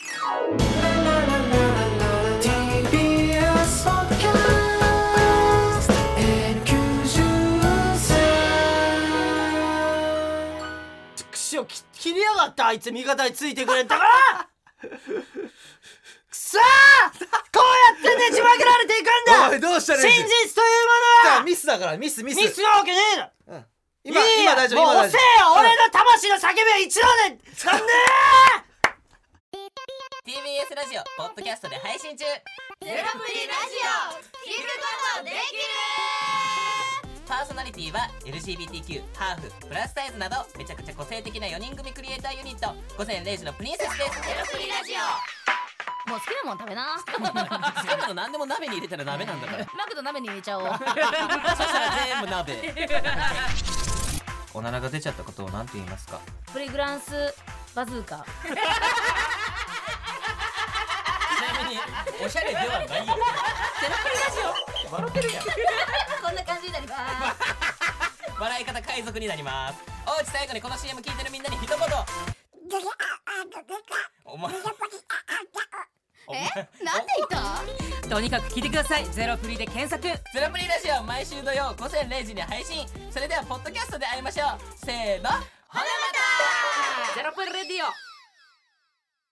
TBS Podcast NQ13
口をき切りやがったあいつ味方についてくれんだ *laughs* からくそーこうやってねじ曲げられていくん
お
だ
いどうしたレイジ
真実というものは
ミスだからミスミス
ミスなわけねえだ
今
いいや
今大丈夫
も
今
う
大
押
丈
せ
夫
よ俺の魂の叫びは一度でなんで
TBS ラジオポッドキャストで配信中
ゼロプリラジオ聞くことでき
パーソナリティは LGBTQ ハーフプラスサイズなどめちゃくちゃ個性的な4人組クリエイターユニット午前0時のプリンセスです
るゼロプリラジ
*laughs*
オもう好きなもん食べな
好きなの何でも鍋に入れたら *laughs* 鍋なんだから
*laughs* マクド鍋に入れち *laughs* ゃおう
そしたら全部鍋おならが出ちゃったことを何て言いますか
プリグランスバズーカ
ちなみにおしゃれではないよ
*laughs* こんな感じになります
笑い方海賊になりますおうち最後にこの CM 聞いてるみんなに一言お前お前
なんでいた
とにかく聞いてくださいゼロプリで検索
ゼロプリラジオ毎週土曜午前0時に配信それではポッドキャストで会いましょうせーのほなまた
ゼロプリレディオ